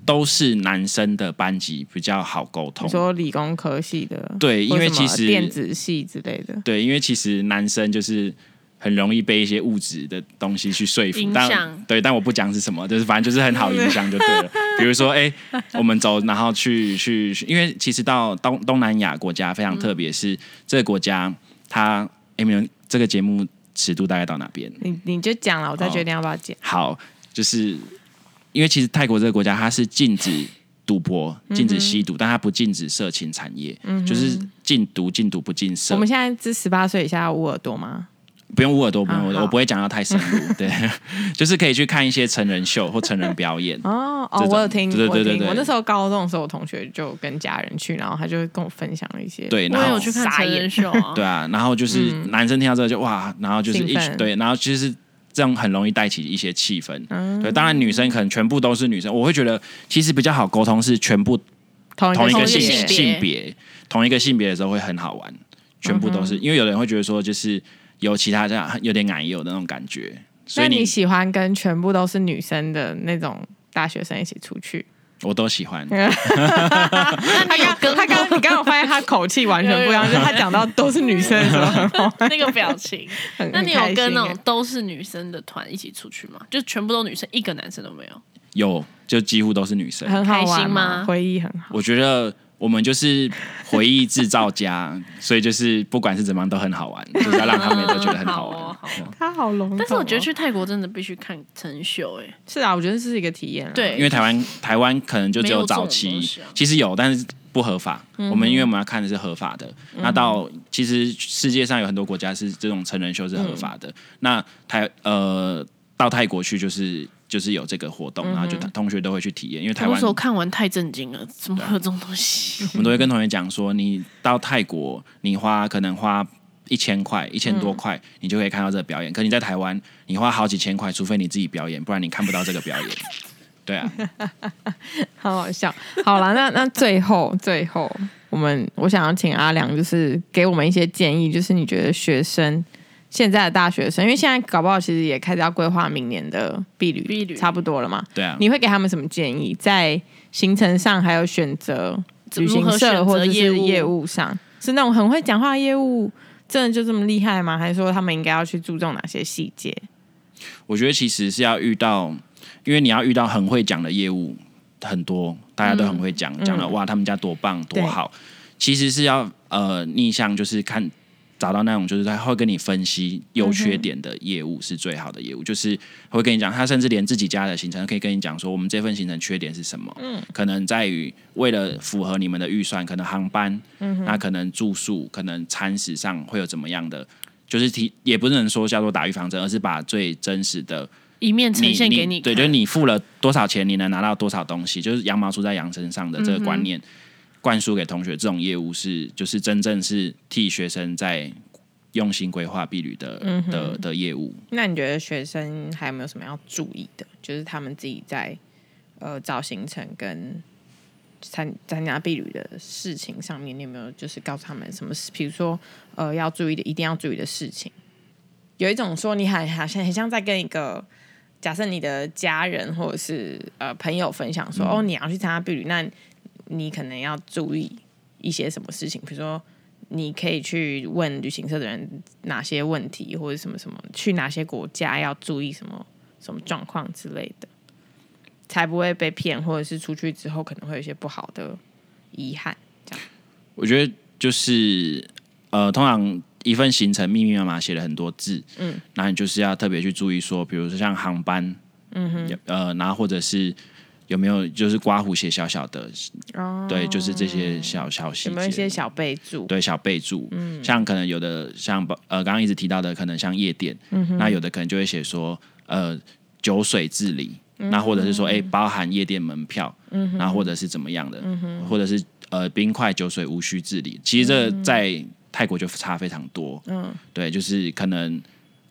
Speaker 4: 都是男生的班级比较好沟通
Speaker 3: 你，说理工科系的，
Speaker 4: 对，因
Speaker 3: 或
Speaker 4: 为
Speaker 3: 什么
Speaker 4: 其实
Speaker 3: 电子系之类的，
Speaker 4: 对，因为其实男生就是很容易被一些物质的东西去说服
Speaker 2: 影，响
Speaker 4: 但对，但我不讲是什么，就是反正就是很好影响就对 了。比如说，哎、我们走，然后去去，去因为其实到东东南亚国家非常特
Speaker 2: 嗯
Speaker 4: 别，是、这个国家它，哎、没有这个节目尺度大概到哪边？
Speaker 3: 你你就讲了，我再决定要不要讲。
Speaker 4: 好，就是因为其实泰国这个国家它是禁止赌博、禁
Speaker 2: 嗯
Speaker 4: 止吸毒，但它不禁止色情产业，就是禁毒、禁毒不禁色。
Speaker 3: 我们现在是十八岁以下的捂耳朵吗？
Speaker 4: 不用捂耳朵，不用捂耳朵，
Speaker 3: 好
Speaker 4: 我不会讲到太深入。对， 就是可以去看一些成人秀或成人表演。
Speaker 3: 哦
Speaker 4: 这
Speaker 3: 哦，
Speaker 4: 种
Speaker 3: 我有听，
Speaker 4: 对对
Speaker 3: 我有
Speaker 4: 对
Speaker 3: 听
Speaker 4: 对对
Speaker 3: 我那时候高中的时候，我同学就跟家人去，然后他就会跟我分享了一些，
Speaker 4: 对，
Speaker 2: 我
Speaker 4: 然
Speaker 2: 也有
Speaker 4: 后
Speaker 2: 去看
Speaker 3: 傻
Speaker 2: 成
Speaker 3: 眼
Speaker 2: 人秀啊，
Speaker 4: 对啊，然后就是男生听到之后就哇，然后就是
Speaker 3: 兴
Speaker 4: 一起
Speaker 3: 奋
Speaker 4: 对，然后就是这样很容易带起一些气氛。对，当然女生可能全部都是女生，我会觉得其实比较好沟通是全部
Speaker 3: 同
Speaker 4: 同一
Speaker 3: 个
Speaker 4: 个
Speaker 2: 性
Speaker 4: 性
Speaker 2: 别
Speaker 4: 性别，同一个性别的时候会很好玩，全部都是、因为有的人会觉得说，就是有其他这样有点奶油的那种感觉，所
Speaker 3: 那
Speaker 4: 以
Speaker 3: 你
Speaker 4: 你
Speaker 3: 喜欢跟全部都是女生的那种大学生一起出 去？
Speaker 4: 我都喜欢。
Speaker 3: 他刚
Speaker 2: 跟
Speaker 3: 他刚你刚有发现他口气完全不一样，
Speaker 2: 有
Speaker 3: 就
Speaker 2: 有
Speaker 3: 是他讲到都是女生的时候很好，
Speaker 2: 那个表 情。
Speaker 3: 很
Speaker 2: 那你
Speaker 3: 很开
Speaker 2: 有
Speaker 3: 心欸
Speaker 2: 跟
Speaker 4: 欸
Speaker 2: 那种
Speaker 3: 耶
Speaker 2: 都是女生的团一起出去吗？就全部都女生，一个男生都没有。
Speaker 4: 有，就几乎都是女生。
Speaker 3: 很好
Speaker 2: 开
Speaker 3: 玩
Speaker 2: 心吗
Speaker 3: 回忆很好。
Speaker 4: 我觉得我们就是回忆制造家， 所以就是不管是怎么样都很好玩，就是要让他们都觉得很好 玩。
Speaker 2: 好哦好哦
Speaker 3: 他好隆重哦，
Speaker 2: 但是我觉得
Speaker 4: 啊
Speaker 2: 去泰国真的必须看成人秀，哎，
Speaker 3: 是啊，我觉得是一个体验啊。
Speaker 2: 对，
Speaker 4: 嗯因为台湾台湾可能就只有早
Speaker 2: 没有
Speaker 4: 期
Speaker 2: 这种东西啊，
Speaker 4: 其实有，但是不合法。我
Speaker 2: 嗯
Speaker 4: 们因为我们要看的是合法的，那到其实世界上有很多国家是这种成人秀是合法
Speaker 2: 嗯
Speaker 4: 的，那台呃到泰国去就是。就是有这个活
Speaker 2: 嗯
Speaker 4: 动，然后就同学都会去体验，因为台
Speaker 2: 我那
Speaker 4: 湾
Speaker 2: 时候看完太震惊了，怎么会有这种东 西？
Speaker 4: 我们都会跟同学讲说，你到泰国，你花可能花一千块、一千多块，你就可以看到这个表演。可你在台湾，你花好几千块，除非你自己表演，不然你看不到这个表演。对啊，
Speaker 3: 好好笑。好了，那那最后最后，我们我想要请阿良，就是给我们一些建议，就是你觉得学生现在的大学生，因为现在搞不好其实也开始要规划明年的毕旅，
Speaker 2: 毕旅
Speaker 3: 差不多了嘛。
Speaker 4: 对啊，
Speaker 3: 你会给他们什么建议？在行程上，还有选择旅
Speaker 2: 如
Speaker 3: 行
Speaker 2: 何选择
Speaker 3: 社或者
Speaker 2: 业
Speaker 3: 是
Speaker 2: 务
Speaker 3: 业务上，是那种很会讲话的业务，真的就这么厉害吗？还是说他们应该要去注重哪些细节？
Speaker 4: 我觉得其实是要遇到，因为你要遇到很会讲的业务很多，大家都很会讲，讲、了哇，他们家多棒
Speaker 3: 对
Speaker 4: 多好。其实是要呃逆向，就是看找到那种就是他会跟你分析优缺点的业务是最好的业务，就是会跟你讲，他甚至连自己家的行程都可以跟你讲说，我们这份行程缺点是什么，嗯，可能在于为了符合你们的预算，可能航班，嗯，那可能住宿，可能餐食上会有怎么样的。就是提也不能说叫做打预防针，而是把最真实的
Speaker 2: 一面呈现给
Speaker 4: 你
Speaker 2: 你
Speaker 4: 对，
Speaker 2: 看，
Speaker 4: 就是你付了多少钱，你能拿到多少东西，就是羊毛出在羊身上的这个观念、灌输给同学。这种业务是就是真正是替学生在用心规划避旅的、的的业务。
Speaker 3: 那你觉得学生还有没有什么要注意的？就是他们自己在呃找行程跟参参加避旅的事情上面，你有没有就是告诉他们什么事？比如说呃要注意的，一定要注意的事情。有一种说你很好像很像在跟一个假设你的家人或者是呃朋友分享说，哦，你要去参加避旅，那你可能要注意一些什么事情，比如说。你可以去问旅行社的人哪些问题，或者什么什么，去哪些国家要注意什么什么状况之类的，才不会被骗，或者是出去之后可能会有一些不好的遗憾。
Speaker 4: 我觉得就是呃，通常一份行程密密麻麻写了很多字，嗯，那你就是要特别去注意说，比如说像航班，嗯哼，呃，然后或者是有没有就是刮胡写小小的，
Speaker 3: 哦
Speaker 4: 对，就是这些小小细
Speaker 3: 有
Speaker 4: 节，
Speaker 3: 没有一些小备注？
Speaker 4: 对小备注，嗯，像可能有的像呃刚刚一直提到的，可能像夜店，嗯、那有的可能就会写说呃酒水治理，
Speaker 3: 嗯
Speaker 4: 那或者是说哎、诶包含夜店门票，嗯，那或者是怎么样的，嗯、或者是呃冰块酒水无需治理，其实
Speaker 3: 嗯
Speaker 4: 这在泰国就差非常多，嗯，对，就是可能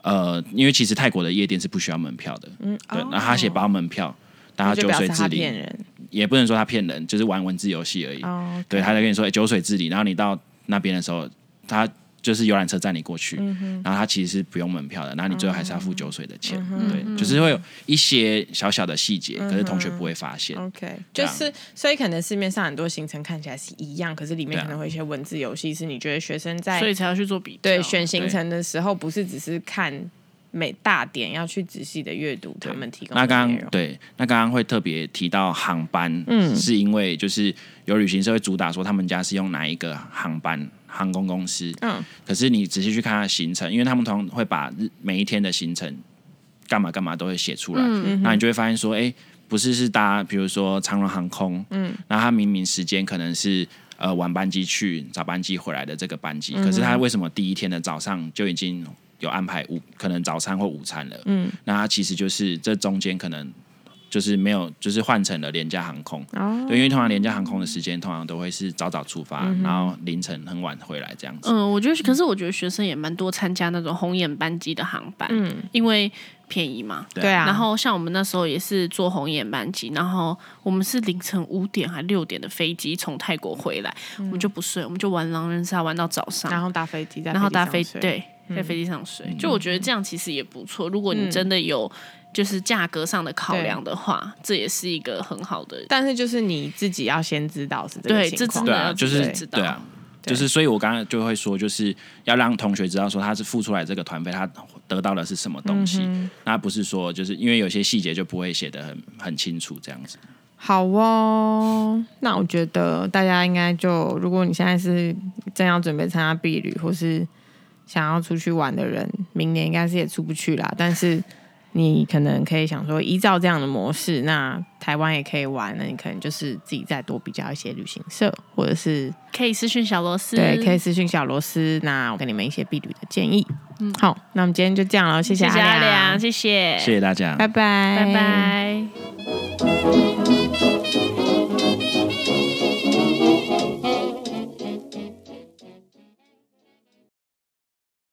Speaker 4: 呃因为其实泰国的夜店是不需要门票的，嗯，对，那他写包门票。大家
Speaker 3: 哦就
Speaker 4: 酒
Speaker 3: 表
Speaker 4: 水
Speaker 3: 示
Speaker 4: 治
Speaker 3: 他
Speaker 4: 理
Speaker 3: 骗人
Speaker 4: 也不能说他骗人，就是玩文字游戏而已。
Speaker 3: 哦，
Speaker 4: 对，他在跟你说、欸、酒水治理，然后你到那边的时候，他就是游览车载你过去，
Speaker 3: 嗯
Speaker 4: 然后他其实是不用门票的，然后你最后还是要付酒水的
Speaker 3: 嗯
Speaker 4: 钱。对，就是会有一些小小的细节，可是同学不会发现。
Speaker 3: OK，就是所以可能市面上很多行程看起来是一样，可是里面
Speaker 4: 对啊
Speaker 3: 可能会有一些文字游戏，是你觉得学生在
Speaker 2: 所以才要去做比较。
Speaker 4: 哦
Speaker 3: 对选行程的时候，不是只是看每大点，要去仔细的阅读他们提供
Speaker 4: 那
Speaker 3: 的
Speaker 4: 刚
Speaker 3: 内容
Speaker 4: 刚。对，那刚刚会特别提到航班，嗯，是因为就是有旅行社会主打说他们家是用哪一个航班航空公司，
Speaker 3: 嗯，
Speaker 4: 可是你仔细去看它的行程，因为他们通常会把日每一天的行程干嘛干嘛都会写出来，
Speaker 3: 嗯
Speaker 4: 那你就会发现说，哎、不是是搭，比如说长荣航空，嗯，那它明明时间可能是。呃，晚班机去，早班机回来的这个班
Speaker 3: 嗯
Speaker 4: 机，可是它为什么第一天的早上就已经有安排午，可能早餐或午餐了？嗯，那它其实就是这中间可能就是没有，就是换成了廉价航空。
Speaker 3: 哦嗯
Speaker 4: 对，因为通常廉价航空的时间通常都会是早早出发，然后凌晨很晚回来这样子。
Speaker 2: 嗯，我觉得，可是我觉得学生也蛮多参加那种红眼班机的航班，嗯，因为便宜嘛。
Speaker 4: 对
Speaker 3: 对啊，
Speaker 2: 然后像我们那时候也是坐红眼班机，然后我们是凌晨五点还六点的飞机从泰国回来，我们就不睡，我们就玩狼人杀玩到早上，
Speaker 3: 然后搭飞机，在
Speaker 2: 然后
Speaker 3: 机
Speaker 2: 搭
Speaker 3: 上
Speaker 2: 飞
Speaker 3: 睡，嗯
Speaker 2: 对，在飞机上睡。就我觉得这样其实也不错，如果你真的有就是价格上的考
Speaker 3: 对
Speaker 2: 量的话，这也是一个很好的。
Speaker 3: 但是就是你自己要先知道是这个
Speaker 2: 对，
Speaker 3: 情
Speaker 2: 这真
Speaker 3: 况
Speaker 2: 的
Speaker 4: 对啊
Speaker 2: 哦要
Speaker 4: 就
Speaker 2: 自己
Speaker 4: 是
Speaker 2: 知道。
Speaker 4: 对啊，就是所以我刚刚就会说，就是要让同学知道说他是付出来这个团费，他得到的是什么东
Speaker 2: 嗯
Speaker 4: 西，那不是说就是因为有些细节就不会写的很很清楚这样子。
Speaker 3: 好哦，那我觉得大家应该就，如果你现在是正要准备参加避旅，或是想要出去玩的人，明年应该是也出不去啦。但是你可能可以想说，依照这样的模式，那台湾也可以玩，那你可能就是自己再多比较一些旅行社，或者是
Speaker 2: 可以私讯小螺丝，
Speaker 3: 对，可以私讯小螺丝，那我给你们一些避旅的建议。嗯，好，那我们今天就这样了，谢
Speaker 2: 谢谢
Speaker 3: 阿
Speaker 2: 阿
Speaker 3: 良，
Speaker 2: 哎良，谢谢，
Speaker 4: 谢谢大家，
Speaker 3: 拜拜，
Speaker 2: 拜拜。
Speaker 5: Thank